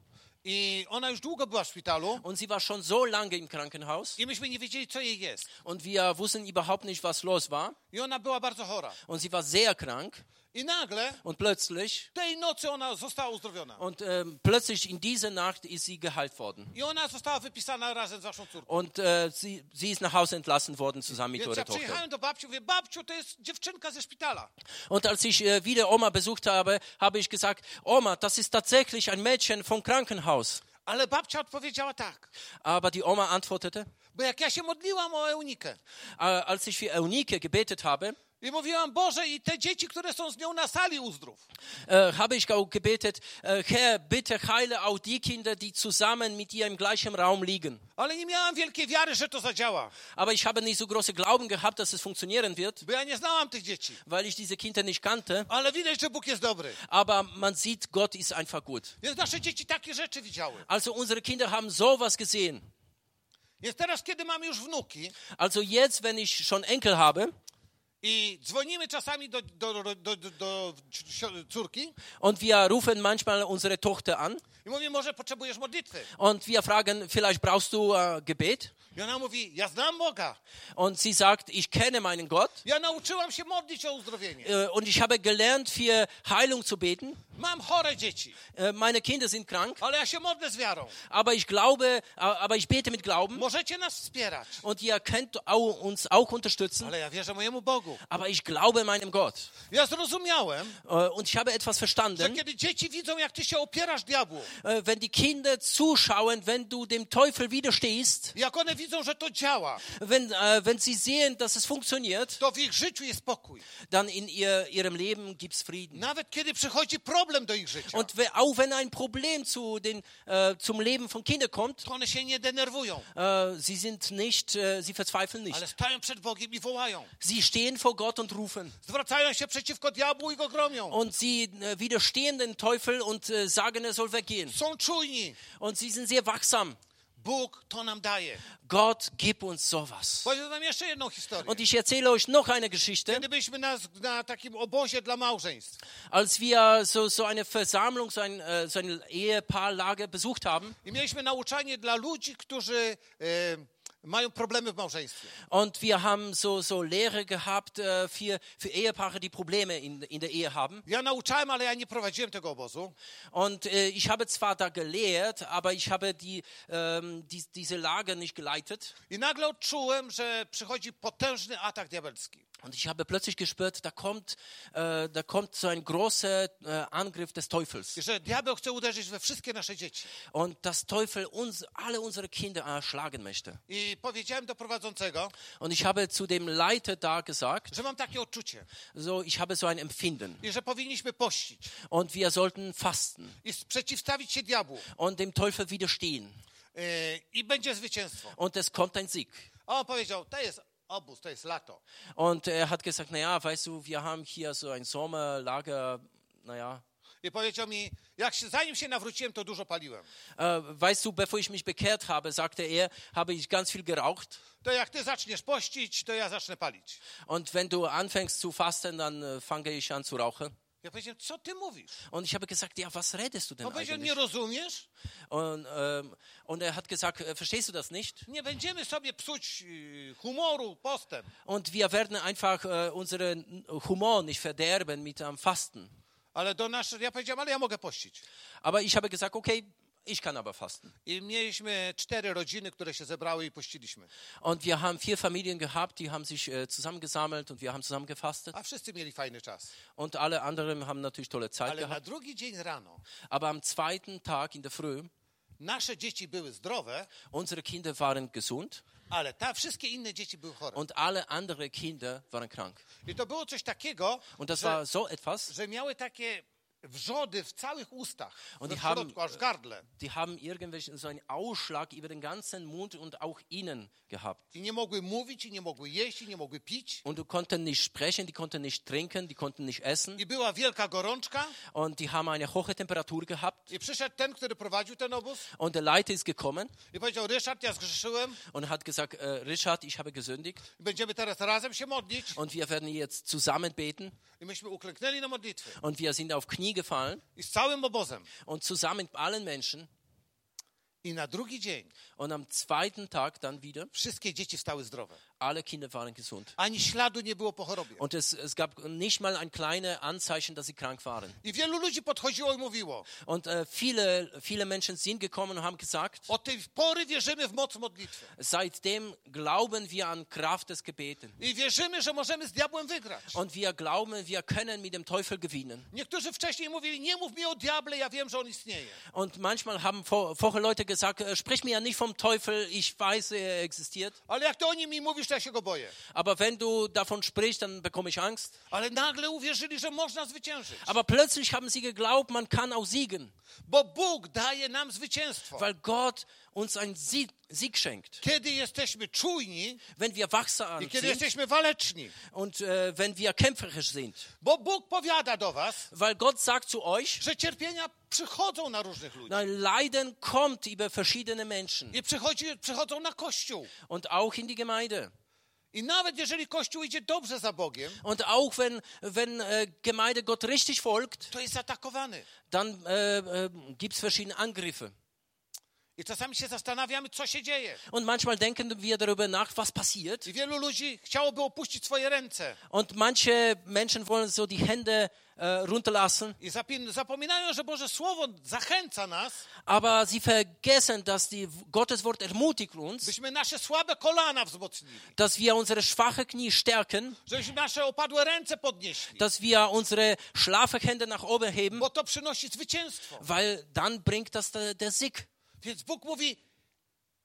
i ona już długo była w szpitalu und sie war schon so lange im Krankenhaus i myśmy nie wiedzieli, co jej jest. und wir wussten überhaupt nicht, was los war. I ona była bardzo chora. Und sie war sehr krank I nagle und plötzlich, tej nocy ona została uzdrowiona. und ähm, plötzlich in dieser Nacht ist sie geheilt worden. I ona została wypisana razem z waszą córką. Und äh, sie, sie ist nach Hause entlassen worden, zusammen mit Więc ihrer ja Tochter. przyjechałem do babci, mówię, babciu, to jest dziewczynka ze szpitala. Und als ich äh, wieder Oma besucht habe, habe ich gesagt, Oma, das ist tatsächlich ein Mädchen vom Krankenhaus. Ale babcia odpowiedziała tak, Aber die Oma antwortete, bo jak ja się modliłam o Eunikę äh, als ich für Eunike gebetet habe, i mówiłam, Boże, i te dzieci, które są z nią na sali, uzdrów. äh, habe ich auch gebetet, äh, Herr, bitte heile auch die Kinder, die zusammen mit ihr im gleichen Raum liegen. Ale nie miałam wielkiej wiary, że to zadziała, Aber ich habe nicht so große Glauben gehabt, dass es funktionieren wird, bo ja nie znałam tych dzieci. weil ich diese Kinder nicht kannte. Ale widać, że Bóg jest dobry. Aber man sieht, Gott ist einfach gut. Więc nasze dzieci takie rzeczy widziały. Also unsere Kinder haben sowas gesehen. Więc teraz, kiedy mamy już wnuki Also jetzt, wenn ich schon Enkel habe i dzwonimy czasami do, do, do, do, do sio- córki und wir rufen manchmal unsere Tochter an i mówimy, może potrzebujesz modlitwy. und wir fragen, vielleicht brauchst du äh, Gebet? I ona mówi, ja znam Boga. Und sie sagt, ich kenne meinen Gott Ja nauczyłam się modlić o uzdrowienie. äh, und ich habe gelernt, für Heilung zu beten. Mam chore dzieci, Äh, meine Kinder sind krank, ale ja się modlę z wiarą. aber ich glaube, äh, aber ich bete mit Glauben Możecie nas wspierać. und ihr könnt auch, uns auch unterstützen. Ale ja wierzę mojemu Bogu. Aber ich glaube meinem Gott. Ja zrozumiałem, Äh, Und ich habe etwas że verstanden. kiedy dzieci widzą, jak ty się opierasz diabłu, Äh, Wenn die Kinder zuschauen, wenn du dem Teufel widerstehst, jak one widzą, że to działa, wenn, äh, wenn sie sehen, dass es funktioniert, to w ich życiu jest spokój. dann in ihr, ihrem Leben gibt's Frieden. Nawet kiedy przychodzi problem do ich życia, Und we- auch wenn ein Problem zu den, äh, zum Leben von Kindern kommt, to one się nie denerwują, äh, sie sind nicht, äh, sie verzweifeln ale nicht. stają przed Bogiem i wołają. Sie stehen vor Gott und rufen. Zwracają się przeciwko diabłu i go gromią. Und sie äh, widerstehen den Teufel und äh, sagen, er soll weggehen. Są czujni. Und sie sind sehr wachsam. Bóg to nam daje. Gott, gib uns sowas. Powiem wam jeszcze jedną historię. Und ich erzähle euch noch eine Geschichte. Kiedy byliśmy na, na takim obozie dla małżeństw Als wir so, so eine Versammlung, so ein, äh, so ein Ehepaarlager besucht haben, i mieliśmy nauczanie dla ludzi, którzy e, mają problemy w małżeństwie. Und wir haben so, so Lehre gehabt äh, für, für Ehepaare, die Probleme in, in der Ehe haben. Ja nauczałem, ale ja nie prowadziłem tego obozu. Und äh, ich habe zwar da gelehrt, aber ich habe die, ähm, die, diese Lager nicht geleitet. I nagle odczułem, że przychodzi potężny atak diabelski. Und ich habe plötzlich gespürt, da kommt, äh, da kommt so ein großer äh, Angriff des Teufels. I że diabeł chce uderzyć we wszystkie nasze dzieci. Und das Teufel uns, alle unsere Kinder erschlagen möchte. I powiedziałem do prowadzącego, Und ich habe zu dem Leiter da gesagt, że mam takie odczucie so, ich habe so ein Empfinden. i że powinniśmy pościć Und wir sollten fasten i przeciwstawić się diabłu und dem Teufel widerstehen. yy, i będzie zwycięstwo. Und es kommt ein Sieg. A on powiedział, to jest obóz, to jest lato. Und er hat gesagt, naja, weißt du, wir haben hier so ein Sommerlager, naja. I powiedział mi, jak się, zanim się nawróciłem, to dużo paliłem. Äh, weißt du, bevor ich mich bekehrt habe, sagte er, habe ich ganz viel geraucht. To jak ty zaczniesz pościć, to ja zacznę palić. Und wenn du anfängst zu fasten, dann äh, fange ich an zu rauchen. Ja powiedziałem, co ty mówisz? Und ich habe gesagt, ja, was redest du denn On powiedział, nie eigentlich? rozumiesz? Und, ähm, und er hat gesagt, äh, verstehst du das nicht? Nie będziemy sobie psuć yy, humoru postem. Und wir werden einfach äh, unseren Humor nicht verderben mit am Fasten. Ale do naszych, ja powiedziałem, ale ja mogę pościć. Aber ich habe gesagt, okay, ich kann aber fasten. I mieliśmy cztery rodziny, które się zebrały i pościliśmy. Und wir haben vier Familien gehabt, die haben sich äh, zusammengesammelt und wir haben zusammen gefastet. A wszyscy mieli fajny czas. Und alle anderen haben natürlich tolle Zeit Ale na gehabt. drugi dzień rano Aber am zweiten Tag in der Früh, nasze dzieci były zdrowe, unsere Kinder waren gesund ale ta, wszystkie inne dzieci były chore. und alle anderen Kinder waren krank. I to było coś takiego, Und das że, war so etwas, że miały takie wrzody w całych ustach, Und we die haben- środku, aż w gardle. die haben irgendwelchen so einen Ausschlag über den ganzen Mund und auch innen gehabt. I nie mogły mówić, i nie mogły jeść, i nie mogły pić. Und die konnten nicht sprechen, die konnten nicht trinken, die konnten nicht essen I była wielka gorączka. und die haben eine hohe Temperatur gehabt. I przyszedł ten, który prowadził ten obóz Und der Leiter ist gekommen i powiedział, Ryszard, ja zgrzeszyłem, und hat gesagt, äh, Richard, ich habe gesündigt będziemy teraz razem się modlić. und wir werden jetzt zusammen beten I myśmy uklęknęli na modlitwę. und wir sind auf Knie gefallen I z całym obozem. und zusammen mit allen Menschen I na drugi dzień und am zweiten Tag dann wieder, wszystkie dzieci stały zdrowe. alle Kinder waren gesund. Ani śladu nie było po chorobie. Und es, es gab nicht mal ein kleines Anzeichen, dass sie krank waren. I wielu ludzi podchodziło i mówiło, Und äh, viele, viele Menschen sind gekommen und haben gesagt, od tej pory wierzymy w moc modlitwy. seitdem glauben wir an Kraft des Gebeten. I wierzymy, że możemy z diabłem wygrać. Und wir glauben, wir können mit dem Teufel gewinnen. Niektórzy wcześniej mówili, nie mów mi o diable, ja wiem, że on istnieje. Und manchmal haben vor- vorher Leute gesagt, äh, sprich mir ja nicht vom Teufel, ich weiß, er existiert. Ale jak to o nim mi mówisz, to ja się go boję. Aber wenn du davon sprichst, dann bekomme ich Angst. Ale nagle uwierzyli, że można zwyciężyć. Aber plötzlich haben sie geglaubt, man kann auch siegen, Bo Bóg daje nam zwycięstwo. weil Gott uns einen Sieg, Sieg schenkt. Kiedy jesteśmy czujni Wenn wir wachsam i kiedy sind jesteśmy waleczni. und äh, wenn wir kämpferisch sind. Bo Bóg powiada do was, Weil Gott sagt zu euch, że cierpienia przychodzą na różnych ludzi. na Leiden kommt über verschiedene Menschen I przychodzi, przychodzą na Kościół. und auch in die Gemeinde. I nawet jeżeli Kościół idzie dobrze za Bogiem, Und auch wenn, wenn äh, Gemeinde Gott richtig folgt, to jest atakowany. dann äh, äh, gibt es verschiedene Angriffe. I czasami się zastanawiamy, co się dzieje. Und manchmal denken wir darüber nach, was passiert. I wielu ludzi chciałoby opuścić swoje ręce. Und manche Menschen wollen so die Hände äh, runterlassen, I zapin- zapominają, że Boże Słowo zachęca nas, aber sie vergessen, dass die Gottes Wort ermutigt uns, byśmy nasze słabe kolana wzmocnili, dass wir unsere schwache Knie stärken, żebyśmy nasze opadłe ręce podnieśli, dass wir unsere schlafe Hände nach oben heben, bo to przynosi zwycięstwo. weil dann bringt das der, der Sieg. Więc Bóg mówi,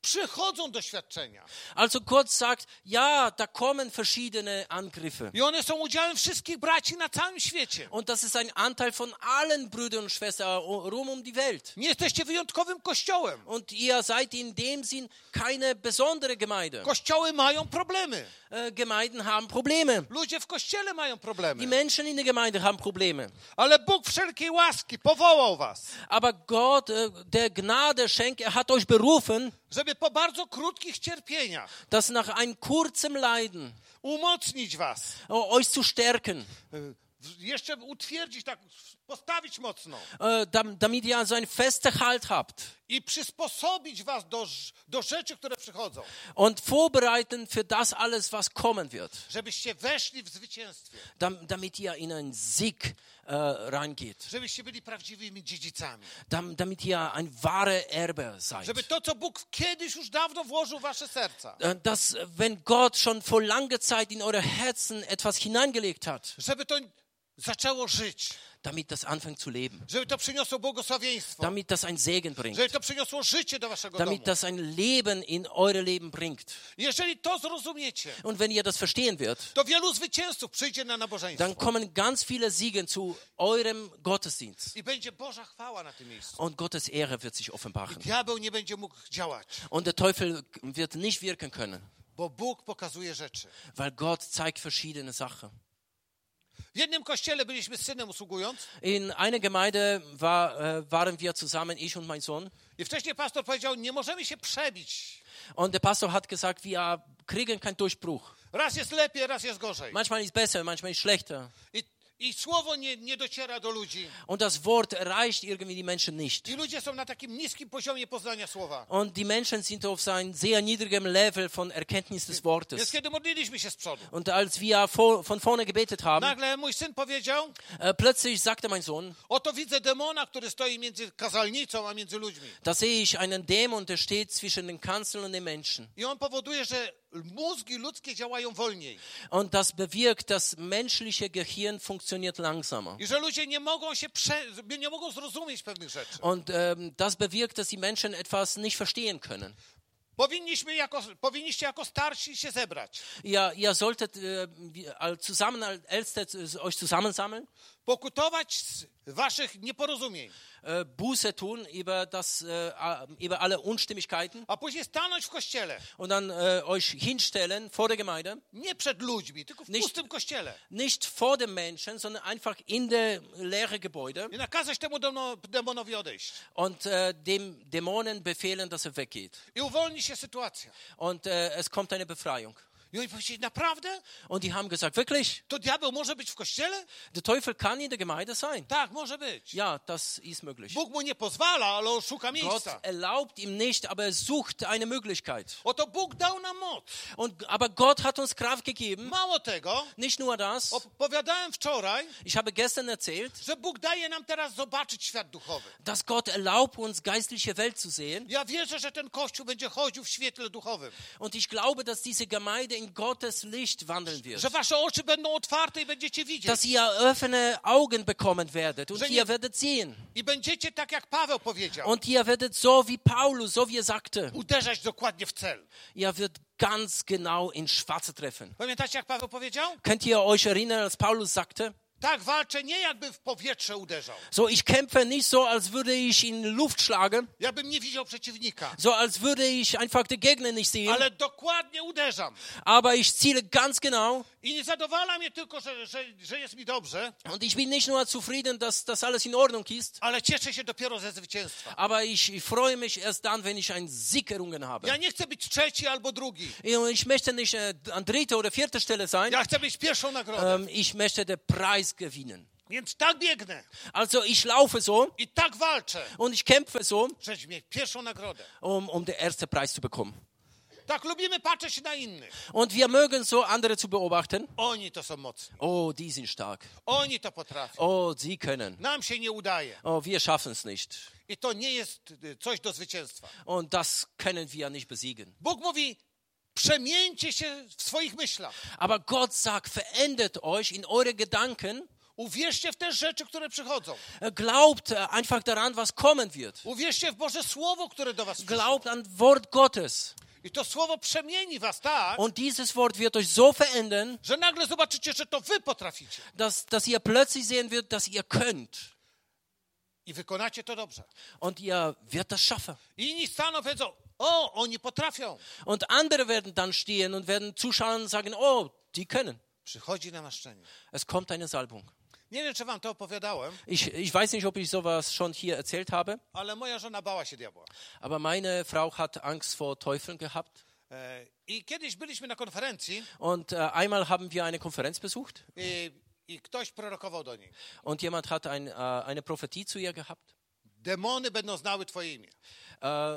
przychodzą doświadczenia Also Gott sagt, ja, da kommen verschiedene Angriffe. i one są udziałem wszystkich braci na całym świecie. Und das ist ein Anteil von allen Brüdern und Schwestern rum um die Welt. Nie jesteście wyjątkowym kościołem. Und ihr seid in dem Sinn keine besondere Gemeinde. Kościoły mają problemy. Äh, Gemeinden haben Probleme. Ludzie w kościele mają Die problemy. Menschen in der Gemeinde haben Probleme. Ale Bóg wszelkiej łaski powołał was, Aber Gott, äh, der Gnade schenkt, er hat euch berufen, żeby po bardzo krótkich cierpieniach dass nach einem kurzen Leiden umocnić was, äh, euch zu stärken, y, w- jeszcze utwierdzić, tak postawić mocno äh, dam- damit ihr also einen festen Halt habt i przysposobić was do, ż- do rzeczy, które przychodzą, und vorbereiten für das alles, was kommen wird, żebyście weszli w zwycięstwie, dam, damit ihr in einen Sieg äh, reingeht, żebyście byli prawdziwymi dziedzicami, dam, damit ihr ein wahrer Erbe żeby seid. to, co Bóg kiedyś już dawno włożył w wasze serca, Äh, Dass, äh, wenn Gott schon vor langer Zeit in eure Herzen etwas hineingelegt hat, żeby to zaczęło żyć, damit das anfängt zu leben, żeby to przyniosło błogosławieństwo, damit das einen Segen bringt, żeby to przyniosło życie do waszego domu. damit das ein Leben in eure Leben bringt. Jeżeli to zrozumiecie, Und wenn ihr das verstehen wird, to wielu zwycięzców przyjdzie na nabożeństwo dann kommen ganz viele Siegen zu eurem Gottesdienst. i będzie Boża chwała na tym miejscu. Und Gottes Ehre wird sich offenbaren. Diabeł nie będzie mógł działać, Und der Teufel wird nicht wirken können, bo Bóg pokazuje rzeczy. weil Gott zeigt verschiedene Sachen. W jednym kościele byliśmy z synem usługując In einer Gemeinde war, äh, waren wir zusammen, ich und mein Sohn. i wcześniej pastor powiedział, nie możemy się przebić. Und der Pastor hat gesagt, wir kriegen keinen Durchbruch. Raz jest lepiej, raz jest gorzej. Manchmal ist besser, manchmal ist schlechter. I, i słowo nie, nie dociera do ludzi. Und das Wort erreicht irgendwie die Menschen nicht. I ludzie są na takim niskim poziomie poznania słowa. Und die Menschen sind auf einem sehr niedrigen Level von Erkenntnis des Więc Wortes. kiedy modliliśmy się z przodu, Und als wir vor, von vorne gebetet haben, nagle mój syn powiedział, äh, plötzlich sagte mein Sohn, oto widzę demona, który stoi między kazalnicą, a między ludźmi. da sehe ich einen Dämon, der steht zwischen den Kanzeln und den Menschen. I on powoduje, że mózgi ludzkie działają wolniej. Und das bewirkt, das menschliche Gehirn funktioniert langsamer. I że ludzie nie mogą się prze... nie mogą zrozumieć pewnych rzeczy. Und ähm, das bewirkt, dass die Menschen etwas nicht verstehen können. Powinniśmy jako, powinniście jako starsi się zebrać, Ihr, ihr solltet äh, wir- all- zusammen als Älteste z- euch zusammensammeln, pokutować z waszych nieporozumień, äh, Buße tun über, das, äh, a- über alle Unstimmigkeiten a później stanąć w kościele. und dann äh, euch hinstellen vor der Gemeinde. Nie przed ludźmi, tylko w Nicht- pustym kościele. Nicht vor den Menschen, sondern einfach in der leeren Gebäude I nakazać temu demo- demonowi odejść. und äh, dem Dämonen befehlen, dass er weggeht. I uwolni się sytuacja. Und äh, es kommt eine Befreiung. I oni powiedzieli, naprawdę? Und die haben gesagt, wirklich, To diabeł może być w kościele? der Teufel kann in der Gemeinde sein. Tak, może być. Ja, das ist möglich. Bóg mu nie pozwala, ale on szuka Gott miejsca. erlaubt ihm nicht, aber er sucht eine Möglichkeit. Oto Bóg dał nam moc. Und, aber Gott hat uns Kraft gegeben. Mało tego, Nicht nur das. opowiadałem wczoraj, Ich habe gestern erzählt, że Bóg daje nam teraz zobaczyć świat duchowy. dass Gott erlaubt, uns geistliche Welt zu sehen. Ja wierzę, że ten Kościół będzie chodził w świetle duchowym. Und ich glaube, dass diese Gemeinde in Gottes Licht wandeln Że wird. wasze oczy będą otwarte i będziecie widzieć. Dass ihr offene Augen bekommen werdet und Że nie- ihr werdet sehen. I będziecie tak, jak Paweł powiedział, Und ihr werdet so wie Paulus, so wie er sagte, uderzać dokładnie w cel. ihr wird ganz genau in Schwarze treffen. Pamiętacie, jak Paweł powiedział? Könnt ihr euch erinnern, als Paulus sagte, Tak, walczę nie jakby w powietrze uderzał, so ich kämpfe nicht so, als würde ich in die Luft schlagen, jakbym nie widział przeciwnika, so als würde ich einfach den Gegner nicht sehen, ale dokładnie uderzam. aber ich ziele ganz genau I nie zadowala mnie tylko, że, że, że jest mi dobrze, und ich bin nicht nur zufrieden, dass das alles in Ordnung ist, ale cieszę się dopiero ze zwycięstwa. aber ich freue mich erst dann, wenn ich einen Sieg errungen habe. Ja nie chcę być trzeci albo drugi. Und ich möchte nicht äh, an dritter oder vierter Stelle sein, Ja chcę mieć pierwszą nagrodę. ähm, ich möchte den Preis gewinnen. Więc tak biegnę Also ich laufe so i tak walczę, und ich kämpfe so, żeby mieć pierwszą nagrodę. um, um den ersten Preis zu bekommen. Tak lubimy patrzeć na innych. Und wir mögen so, andere zu beobachten. Oni to są mocni. Oh, die sind stark. Oni to potrafią. Oh, sie können. Nam się nie udaje. Oh, wir schaffen es nicht. I to nie jest y, coś do zwycięstwa. Und das können wir nicht besiegen. Bóg mówi, przemieńcie się w swoich myślach. Aber Gott sagt, verändert euch in eure Gedanken. Uwierzcie w te rzeczy, które przychodzą. Äh, Glaubt äh, einfach daran, was kommen wird. Uwierzcie w Boże Słowo, które do was przyszło. Glaubt an Wort Gottes. I to Słowo przemieni was tak, Und dieses Wort wird euch so verändern, że nagle zobaczycie, że to wy potraficie. dass, dass ihr plötzlich sehen wird, dass ihr könnt. I wykonacie to dobrze. Und ihr wird das schaffen. I inni staną i powiedzą, o, oni potrafią. Und andere werden dann stehen und werden zuschauen und sagen, oh, die können. Przychodzi namaszczenie. Es kommt eine Salbung. Nie wiem, czy wam to opowiadałem, Ich, ich weiß nicht, ob ich sowas schon hier erzählt habe, ale moja żona bała się diabła. aber meine Frau hat Angst vor Teufeln gehabt. E, I kiedyś byliśmy na konferencji Und äh, einmal haben wir eine Konferenz besucht i, i i ktoś prorokował do niej. Und jemand hat ein, äh, eine Prophetie zu ihr gehabt. Demony będą znały twoje imię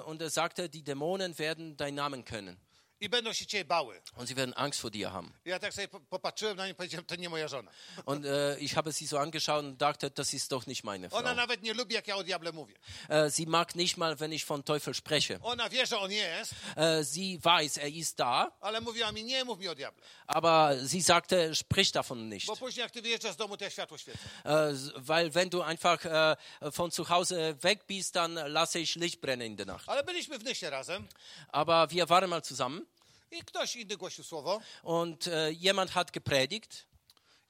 Äh, und er sagte, die Dämonen werden deinen Namen kennen. i będą się ciebie bały. Und sie werden Angst vor dir haben. Ja tak sobie po- popatrzyłem na nią i powiedziałem, to nie moja żona. Und äh, ich habe sie so angeschaut und dachte, das ist doch nicht meine Ona Frau. nawet nie lubi, jak ja o diable mówię. Äh, sie mag nicht mal, wenn ich von Teufel spreche. Ona wie, że on jest, Äh, sie weiß, er ist da, ale mówiła mi, nie mów mi o diable. aber sie sagte, sprich davon nicht. Bo później, jak ty wyjeżdżasz z domu, to ja światło świecę. Äh, weil wenn du einfach äh, von zu Hause weg bist, dann lasse ich Licht brennen in der Nacht. Ale byliśmy w Nysie razem Aber wir waren mal zusammen i ktoś inny głosił słowo und äh, jemand hat gepredigt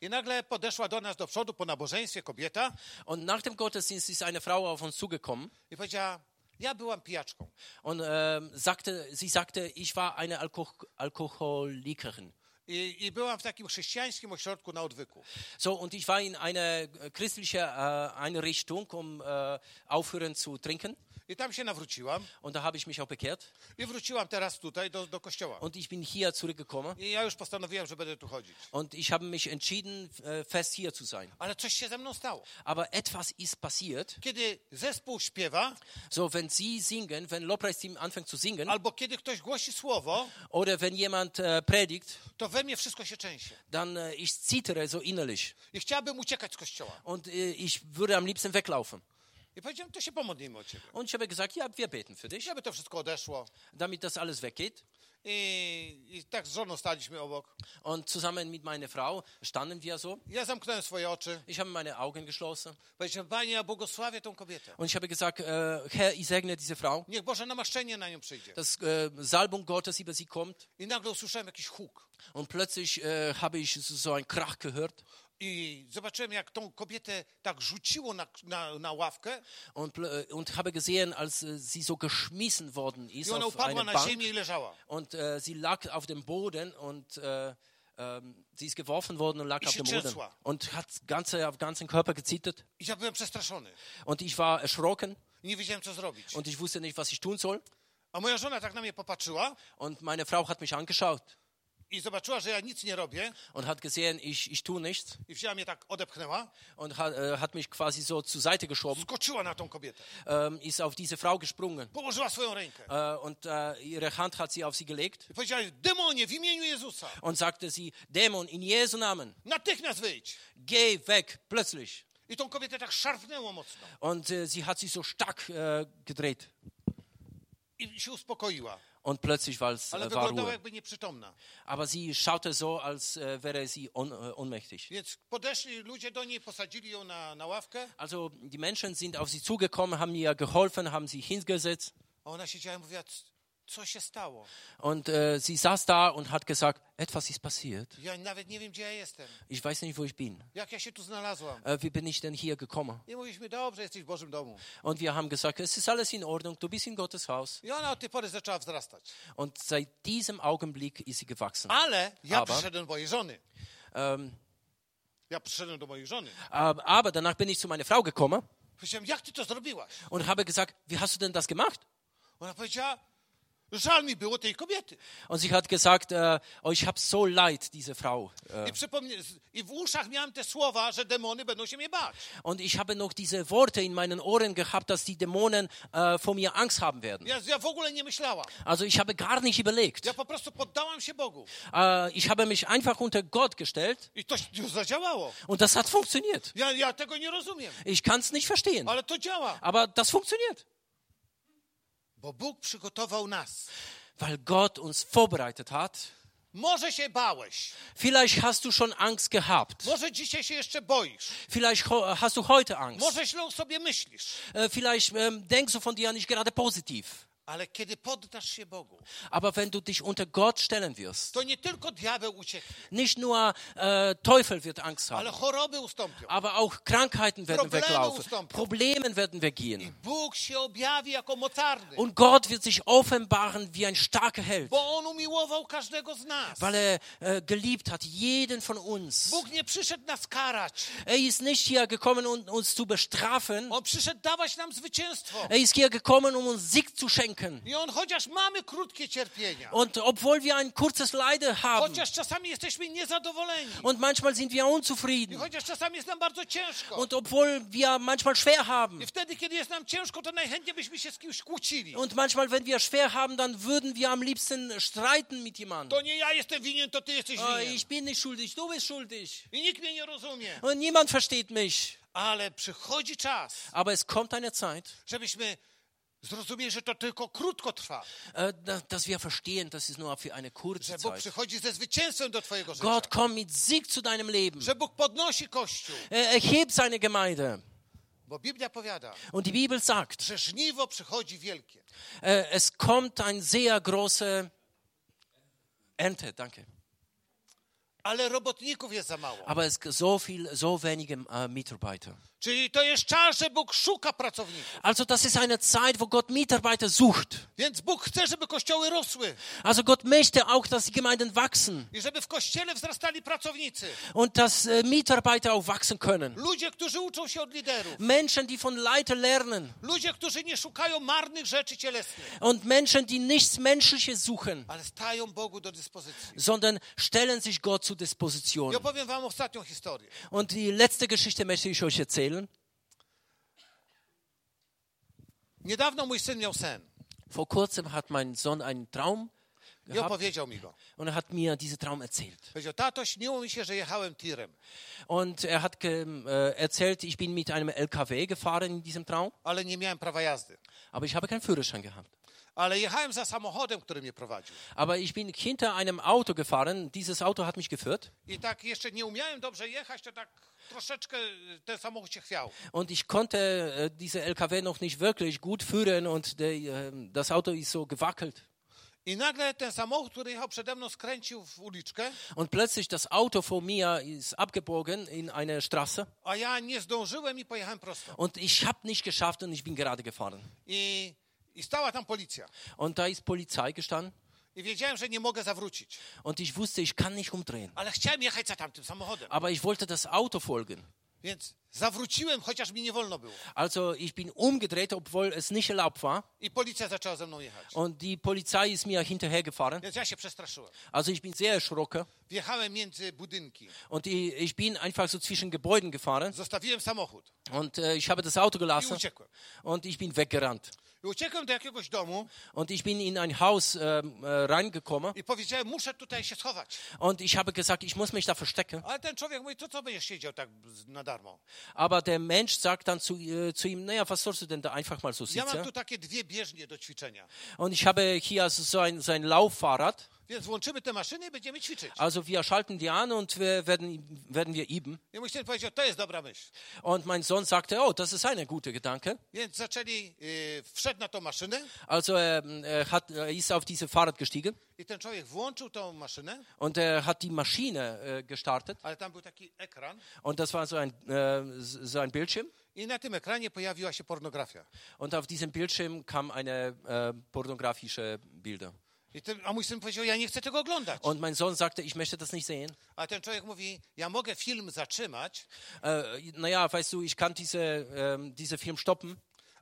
i nagle podeszła do nas do przodu po nabożeństwie kobieta und nach dem Gottesdienst ist eine Frau auf uns zugekommen i powiedziała, ja byłam pijaczką und äh, sagte, sie sagte, ich war eine Alko Alkoholikerin. i, i byłam w takim chrześcijańskim ośrodku na odwyku. So, und ich war in eine christliche äh, Einrichtung, um äh, aufhören zu trinken. I tam się nawróciłam Und da habe ich mich auch bekehrt. i wróciłam teraz tutaj do, do kościoła. Und ich bin hier zurückgekommen. I ja już postanowiłem, że będę tu chodzić. Und ich habe mich entschieden, äh, fest hier zu sein. Ale coś się ze mną stało. Aber etwas ist passiert. Kiedy zespół śpiewa, So, wenn Sie singen, wenn Lobpreisteam anfängt zu singen albo kiedy ktoś głosi słowo, oder wenn jemand äh, predigt, to we mnie wszystko się częsie. dann äh, ich zittere so innerlich. I chciałabym uciekać z kościoła. Und äh, ich würde am liebsten weglaufen. I powiedziałem, to się pomodlimy o ciebie. Und ich habe gesagt, ja, wir beten für dich, Żeby to wszystko odeszło. damit das alles weggeht. I, I tak z żoną staliśmy obok. Und zusammen mit meiner Frau standen wir so. Ja zamknąłem swoje oczy. Ich habe meine Augen geschlossen. Powiedziałem, Panie, ja błogosławię tą kobietę. Und ich habe gesagt, äh, Herr, ich segne diese Frau, Niech Boże namaszczenie na nią przyjdzie. dass äh, Salbung Gottes über sie kommt. I nagle usłyszałem jakiś huk. Und plötzlich äh, habe ich so einen Krach gehört. I zobaczyłem, jak tą kobietę tak rzuciło na, na, na ławkę. Und, plö- äh, und habe gesehen, als äh, sie so geschmissen worden ist I ona auf upadła eine na Bank ziemię i leżała. und äh, sie lag auf dem Boden und äh, ähm, sie ist geworfen worden und lag Ich auf dem schätze Boden zwar. und hat ganze, auf ganzen Körper gezittert I ja byłem przestraszony. und ich war erschrocken I Nie wiedziałem, co zrobić. und ich wusste nicht, was ich tun soll A moja żona tak na mnie popatrzyła und meine Frau hat mich angeschaut i zobaczyła, że ja nic nie robię und hat gesehen, ich, ich tue nichts i wzięła mnie tak, odepchnęła, und hat, äh, hat mich quasi so zur Seite geschoben, skoczyła na tą kobietę, ähm, ist auf diese Frau gesprungen położyła swoją rękę äh, und äh, ihre Hand hat sie auf sie gelegt i powiedziała, demonie, w imieniu Jezusa, und sagte sie, Dämon, in Jesu Namen, natychmiast wyjdź. geh weg, plötzlich. I tą kobietę tak szarpnęło mocno Und äh, sie hat sich so stark äh, gedreht. i się uspokoiła, Und plötzlich war es ale äh, war wyglądała Ruhe. jakby nieprzytomna. Aber sie schaute so, als äh, wäre sie on, äh, ohnmächtig. Więc podeszli ludzie do niej, posadzili ją na, na ławkę, Also die Menschen sind auf sie zugekommen, haben ihr geholfen, haben sie hingesetzt. a ona siedziała i mówiła, "C- co się stało? Und äh, sie saß da und hat gesagt, etwas ist passiert. Ja nawet nie wiem, gdzie ja jestem, Ich weiß nicht, wo ich bin. jak ja się tu znalazłam. Äh, wie bin ich denn hier gekommen? I mówiliśmy, dobrze, jesteś w Bożym domu. Und wir haben gesagt, es ist alles in Ordnung, du bist in Gottes Haus. I ona od tej pory zaczęła wzrastać. Und seit diesem Augenblick ist sie gewachsen. Ale ja Aber- przyszedłem do mojej żony. Ähm, Ja przyszedłem do mojej żony. äh, aber danach bin ich zu meiner Frau gekommen Powiedziałem, jak ty to zrobiłaś? und habe gesagt, wie hast du denn das gemacht? Ona powiedziała, żal mi było tej kobiety. Und sie hat gesagt, äh, oh, ich habe so leid, diese Frau. Äh, I, przypomnie, z- I w uszach miałem te słowa, że demony będą się mnie bać. und ich habe noch diese Worte in meinen Ohren gehabt, dass die Dämonen äh, vor mir Angst haben werden. Ja, ja w ogóle nie myślałam. Also ich habe gar nicht überlegt. Ja po prostu poddałam się Bogu. Äh, ich habe mich einfach unter Gott gestellt I to się- zadziałało. und das hat funktioniert. Ja, ja tego nie rozumiem, Ich kann es nicht verstehen, ale to działa. aber das funktioniert, Bo Bóg przygotował nas. weil Gott uns vorbereitet hat. Może się bałeś, Vielleicht hast du schon Angst gehabt. może dzisiaj się jeszcze boisz, Vielleicht ho- hast du heute Angst. może źle o sobie myślisz, Äh, vielleicht ähm, denkst du von dir nicht gerade positiv. ale kiedy poddasz się Bogu, Aber wenn du dich unter Gott stellen wirst, to nie tylko diabeł ucieknie, Nicht nur äh, Teufel wird Angst ale haben, choroby ustąpią. aber auch Krankheiten werden Probleme weglaufen, ustąpią. Problemen werden weggehen. Bóg się objawi jako mocarny. Und Gott wird sich offenbaren wie ein starker Held, Bo On umiłował każdego z nas. weil er äh, geliebt hat, jeden von uns. Bóg nie przyszedł nas karać. Er ist nicht hier gekommen, um uns zu bestrafen. On przyszedł dawać nam zwycięstwo. Er ist hier gekommen, um uns Sieg zu denken. I on, chociaż mamy krótkie cierpienia, Und obwohl wir ein kurzes Leiden haben chociaż czasami jesteśmy niezadowoleni, und manchmal sind wir i unzufrieden chociaż czasami jest nam bardzo ciężko, und obwohl wir manchmal schwer haben i wtedy, kiedy jest nam ciężko, to najchętniej byśmy się z kimś kłócili. und manchmal, wenn wir schwer haben, dann würden wir am liebsten streiten mit jemandem. To nie ja jestem winien, to ty jesteś Äh, winien. Ich bin nicht schuldig, du bist schuldig. I nikt mnie nie rozumie. Und niemand versteht mich. Ale przychodzi czas, Aber es kommt eine Zeit, żebyśmy zrozumieli, że to tylko krótko trwa. äh, da- dass wir verstehen, das ist nur für eine kurze Że Bóg Zeit. przychodzi ze zwycięstwem do twojego życia. Gott kommt mit Sieg zu deinem Leben. Äh, Że Bóg podnosi Kościół. Er erhebt seine Gemeinde. Bo Biblia powiada, Und die Bibel sagt, że żniwo przychodzi wielkie. äh, es kommt eine sehr große Ernte, danke. Ale robotników jest za mało. Aber es gibt so viel, so wenige äh, Mitarbeiter. Czyli to jest czas, że Bóg szuka pracowników. Also das ist eine Zeit, wo Gott Mitarbeiter sucht. Więc Bóg chce, żeby kościoły rosły Also Gott möchte auch, dass die Gemeinden wachsen i żeby w kościele wzrastali pracownicy. und dass äh, Mitarbeiter auch wachsen können. Ludzie, którzy uczą się od liderów. Menschen, die von Leiter lernen Ludzie, którzy nie szukają marnych rzeczy cielesnych, und Menschen, die nichts Menschliches suchen, ale stają Bogu do dyspozycji. sondern stellen sich Gott zur Disposition. Ja opowiem wam ostatnią historię. Und die letzte Geschichte möchte ich euch erzählen. Niedawno mój syn miał sen Vor kurzem hat mein Sohn einen Traum i gehabt opowiedział mi go. und er hat mir diesen Traum erzählt. Powiedział, tato, śniło mi się, że jechałem tirem, Und er hat ge, äh, erzählt, ich bin mit einem LKW gefahren in diesem Traum, ale nie miałem prawa jazdy. aber ich habe keinen Führerschein gehabt. Ale jechałem za samochodem, który mnie prowadził. Aber ich bin hinter einem Auto gefahren, dieses Auto hat mich geführt I tak jeszcze nie umiałem dobrze jechać, to tak troszeczkę y, ten samochód się chwiał. und ich konnte äh, diese LKW noch nicht wirklich gut führen und der, äh, das Auto ist so gewackelt. I nagle ten samochód, który jechał przede mną, skręcił w uliczkę, Und plötzlich das Auto vor mir ist abgebogen in eine Straße a ja nie zdążyłem i pojechałem prosto. und ich habe nicht geschafft und ich bin gerade gefahren. I, i stała tam policja. Und da ist Polizei gestanden I wiedziałem, że nie mogę zawrócić. und ich wusste, ich kann nicht umdrehen. Ale chciałem jechać za tamtym samochodem. Aber ich wollte das Auto folgen. Więc zawróciłem, chociaż mi nie wolno było. Also ich bin umgedreht, obwohl es nicht erlaubt war. I policja zaczęła ze mną jechać. Und die Polizei ist mir hinterhergefahren. Więc ja się przestraszyłem. Also ich bin sehr erschrocken. Wjechałem między budynki. Und ich, ich bin einfach so zwischen Gebäuden gefahren. Zostawiłem samochód Und äh, ich habe das Auto i gelassen. uciekłem. Und ich bin weggerannt. I uciekłem do jakiegoś domu Und ich bin in ein Haus ähm, äh, reingekommen. i powiedziałem, muszę tutaj się schować. Und ich habe gesagt, ich muss mich da verstecken. Ale ten człowiek mówi, to co będziesz siedział tak z- na darmo? Aber der Mensch sagt dann zu, äh, zu ihm, naja, was sollst du denn da einfach mal so Ja mam sitzen? tu takie dwie bieżnie do ćwiczenia. Und ich habe hier also so ein, so ein Lauffahrrad. Więc włączymy te maszyny i będziemy ćwiczyć. Also wir schalten die an und wir werden, werden wir üben. I mój syn powiedział, to jest dobra myśl. Und mein Sohn sagte, oh, das ist ein guter Gedanke. Więc zaczęli, yy, wszedł na tą maszynę Also er, er, hat, er ist auf dieses Fahrrad gestiegen i ten człowiek włączył tą maszynę, und er hat die Maschine äh, gestartet. ale tam był taki ekran Und das war so ein, äh, so ein Bildschirm. i na tym ekranie pojawiła się pornografia. Und auf diesem Bildschirm kamen eine äh, pornografische Bilder. I ten, a mój syn powiedział, ja nie chcę tego oglądać. Und mein Sohn sagte, ich möchte das nicht sehen. A ten człowiek mówi, ja mogę film zatrzymać, Äh, naja, weißt du, ich kann diese, ähm, diese Film stoppen,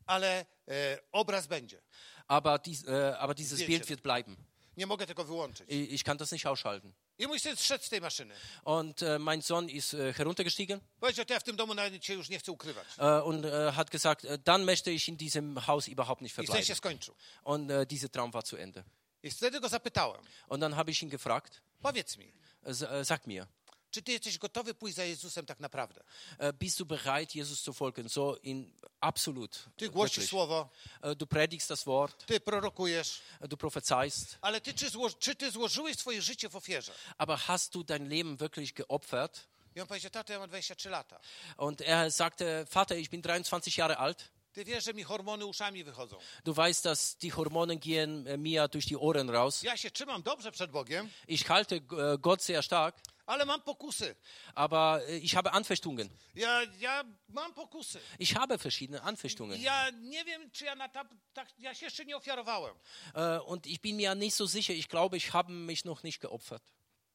ale e, obraz będzie. aber, dies, äh, aber dieses Bildschirm. Bild wird bleiben. Nie mogę tego wyłączyć. Ich, ich kann das nicht ausschalten. I mój syn zszedł z tej maszyny. Und äh, mein Sohn ist äh, heruntergestiegen Powiedział, to ja w tym domu nawet się już nie chcę ukrywać. äh, und äh, hat gesagt, äh, dann möchte ich in diesem Haus überhaupt nicht I sen się verbleiben. skończył. Und äh, dieser Traum war zu Ende. I wtedy go zapytałem, Und dann habe ich ihn gefragt, powiedz mi, äh, s- äh, sag mir, czy ty jesteś gotowy pójść za Jezusem tak naprawdę? äh, bist du bereit, Jesus zu folgen? So in absolut. Ty głosisz wirklich. słowo, Äh, du predigst das Wort, ty prorokujesz, äh, du prophezeist, ale ty czy, zło, czy ty złożyłeś swoje życie w ofierze? aber hast du dein Leben wirklich geopfert? I on powiedział, tato, ja mam 23 lata. Und er sagte, Vater, ich bin 23 Jahre alt. Ty wiesz, że mi hormony uszami wychodzą. Du weißt, dass die Hormone gehen äh, mir durch die Ohren raus. Ja się trzymam dobrze przed Bogiem, Ich halte äh, Gott sehr stark, ale mam pokusy. aber äh, ich habe Anfechtungen. Ja, ja mam pokusy. Ich habe verschiedene Anfechtungen. Ja nie wiem, czy ja na ta, tak, ja się jeszcze nie ofiarowałem. Äh, und ich bin mir nicht so sicher. Ich glaube, ich habe mich noch nicht geopfert.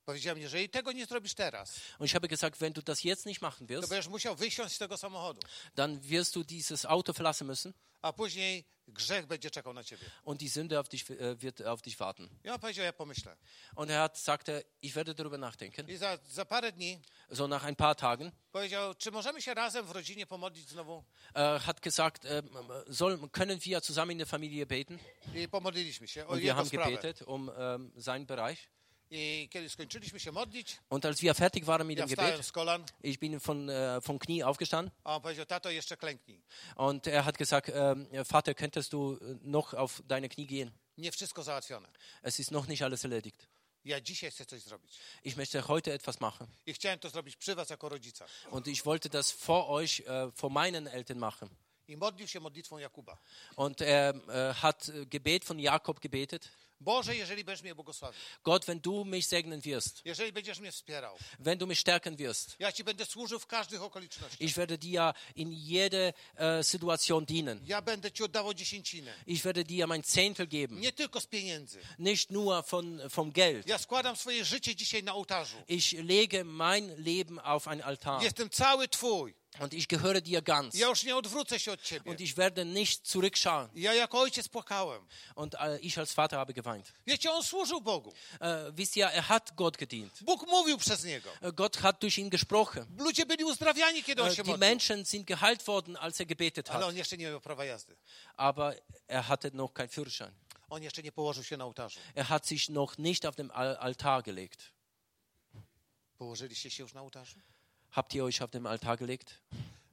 Powiedziałem, jeżeli tego nie zrobisz teraz, Und ich habe gesagt, wenn du das jetzt nicht machen to wirst, będziesz musiał wysiąść z tego samochodu, dann wirst du dieses Auto verlassen müssen a później grzech będzie czekał na ciebie. und die Sünde auf dich, äh, wird auf dich warten. I on powiedział, ja pomyślę. Und er hat, sagte, ich werde darüber nachdenken. I za, za parę dni So nach ein paar Tagen powiedział, czy możemy się razem w rodzinie pomodlić znowu? äh, hat gesagt, ähm, äh, sollen- können wir zusammen in der Familie beten? I pomodliliśmy się o Und wir jego haben sprawę. gebetet um ähm, seinen Bereich. I kiedy skończyliśmy się modlić, Und als wir fertig waren mit ja dem wstałem Gebet, z kolan, ich bin von, äh, vom Knie aufgestanden a on powiedział, tato, jeszcze klęknij. und er hat gesagt, ähm, Vater, könntest du äh, noch auf deine Knie gehen? Nie wszystko załatwione. Es ist noch nicht alles erledigt. Ja dzisiaj chcę coś zrobić. Ich möchte heute etwas machen. I chciałem to zrobić przy was jako rodzica. Und ich wollte das vor euch, äh, vor meinen Eltern machen. I modlił się modlitwą Jakuba. Und er äh, hat äh, Gebet von Jakob gebetet. Boże, jeżeli będziesz mnie błogosławił, Gott, wenn du mich segnen wirst, jeżeli będziesz mnie wspierał, wenn du mich stärken wirst, ja ci będę służył w każdych okolicznościach. ich werde dir in jede äh, Situation dienen. Ja będę ci oddawał dziesięcinę. Ich werde dir mein Zehntel geben, Nie tylko z pieniędzy. nicht nur von, vom Geld. Ja składam swoje życie dzisiaj na ołtarzu. Ich lege mein Leben auf ein Altar Jestem cały twój. und ich gehöre dir ganz. Ja już nie odwrócę się od ciebie. Und ich werde nicht zurückschauen. Ja jako ojciec płakałem. Und äh, ich als Vater habe geweint. Wiecie, on służył Bogu. Äh, wisst ihr, er hat Gott gedient. Bóg mówił przez niego. Äh, Gott hat durch ihn gesprochen. Ludzie byli uzdrawiani, kiedy on Äh, się Die modlił. Menschen sind geheilt worden, als er gebetet Ale hat. on jeszcze nie miał prawa jazdy. Aber er hatte noch keinen Führerschein. On jeszcze nie położył się na ołtarzu. Er hat sich noch nicht auf den Al- Altar gelegt. Położyliście się już na ołtarzu? Habt ihr euch auf den Altar gelegt?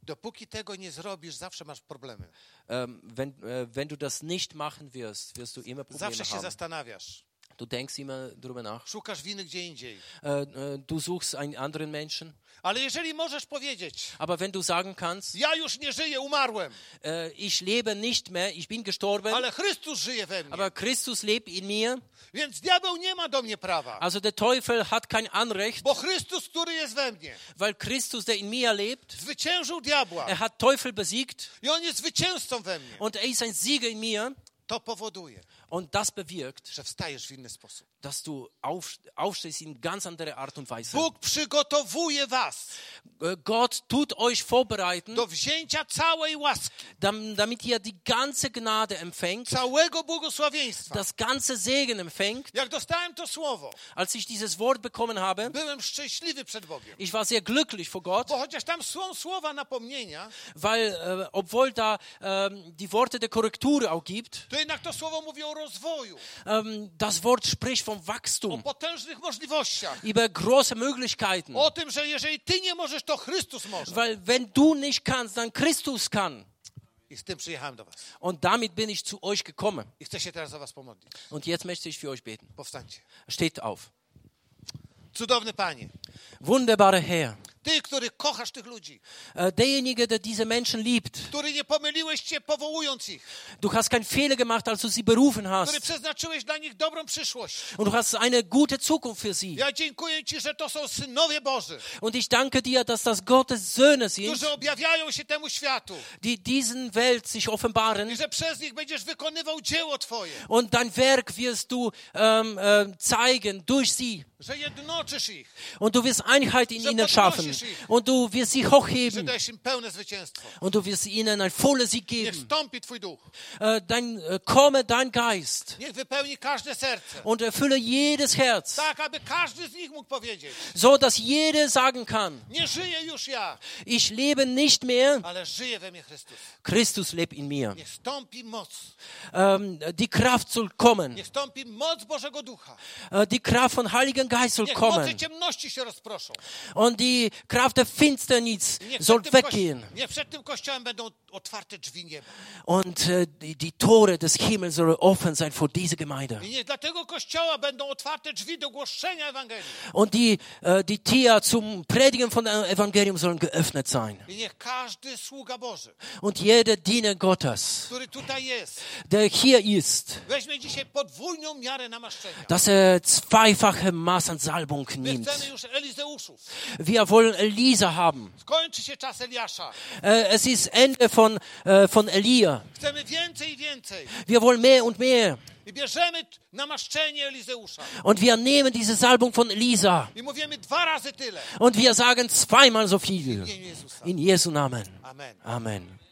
Dopóki tego nie zrobisz, zawsze masz problemy. Ähm, wenn, äh, wenn du das nicht machen wirst, wirst du immer Probleme Zawsze się haben. zastanawiasz. Du denkst immer drüber nach. Szukasz winy gdzie indziej. Äh, äh, du suchst einen anderen Menschen. Ale jeżeli możesz powiedzieć, Aber wenn du sagen kannst, ja już nie żyję, umarłem, äh, ich lebe nicht mehr, ich bin gestorben, ale Chrystus żyje we mnie, aber Christus lebt in mir, więc diabeł nie ma do mnie prawa, also der Teufel hat kein Anrecht, bo Chrystus, który jest we mnie, weil Christus, der in mir lebt, zwyciężył diabła er hat Teufel besiegt i on jest zwycięzcą we mnie. und er ist ein Sieger in mir. To powoduje, Und das bewirkt, że wstajesz w inny sposób. dass du auf, aufstehst in ganz andere Art und Weise. Bóg przygotowuje was Äh, Gott tut euch vorbereiten, do wzięcia całej łaski, dam- damit ihr die ganze Gnade empfängt, całego błogosławieństwa. das ganze Segen empfängt. Jak dostałem to słowo, Als ich dieses Wort bekommen habe, byłem szczęśliwy przed Bogiem. ich war sehr glücklich vor Gott, Bo chociaż tam są słowa napomnienia, weil äh, obwohl da ähm, die Worte der Korrektur auch gibt, to jednak to słowo mówi o rozwoju, ähm, das Wort spricht vom o Wachstum, potężnych możliwościach, über große Möglichkeiten. o tym, że jeżeli ty nie możesz, to Chrystus może. Weil wenn du nicht kannst, dann Christus kann. I z tym przyjechałem do was. Und damit bin ich zu euch gekommen. I chcę się teraz za was pomodlić. Und jetzt möchte ich für euch beten. Powstańcie. Steht auf. Cudowny Panie, Wunderbarer Herr, Ty, który kochasz tych ludzi, äh, derjenige, der diese Menschen liebt, który nie pomyliłeś się powołując ich, du hast keinen Fehler gemacht, als du sie berufen który hast. przeznaczyłeś dla nich dobrą przyszłość. Und du hast eine gute Zukunft für sie. Ja dziękuję Ci, że to są synowie Boży, Und ich danke dir, dass das Gottes Söhne którzy sind, objawiają się temu światu die diesen Welt sich offenbaren. i że przez nich będziesz wykonywał dzieło Twoje, Und dein Werk wirst du ähm, ähm, zeigen durch sie. że jednoczysz ich, Und du wirst Einheit in ihnen schaffen. Und du wirst sie że hochheben. dajesz im pełne zwycięstwo. Und du wirst ihnen ein volles Sieg Niech geben. wstąpi Twój duch, Äh, dein, äh, komme dein Geist niech wypełni każde serce, und erfülle jedes Herz, tak aby każdy z nich mógł powiedzieć, so dass jeder sagen kann, nie żyję już ja, ich lebe nicht mehr, ale żyje we mnie Chrystus. Christus lebt in mir. Niech stąpi moc, Ähm, die Kraft soll kommen, niech stąpi moc Bożego Ducha. äh, die Kraft von Heiligen Geist soll Niech moce kommen ciemności się rozproszą. und die Kraft der Finsternis Niech soll przed, tym weggehen kości- niech przed tym kościołem będą otwarte drzwi nieba. und äh, die, die Tore des Himmels sollen offen sein vor diese Gemeinde. I niech dla tego kościoła będą otwarte drzwi do głoszenia Ewangelii. Und die, äh, die Tier zum Predigen von dem Evangelium sollen geöffnet sein. I niech każdy sługa Boży, Und jeder Diener Gottes, który tutaj jest, der hier ist, weźmie dzisiaj podwójną miarę namaszczenia. dass er zweifache Maß an Salbung My nimmt. chcemy już Elizeuszów. Wir wollen Elisa haben. Skończy się czas Eliasza. Äh, es ist Ende von, äh, von Elia. Chcemy więcej i więcej. Wir wollen mehr und mehr. I bierzemy t- namaszczenie Elizeusza. Und wir nehmen diese Salbung von Elisa I mówimy dwa razy tyle. und wir sagen zweimal so viel. W imię Jezusa. In Jesu Namen. Amen. Amen.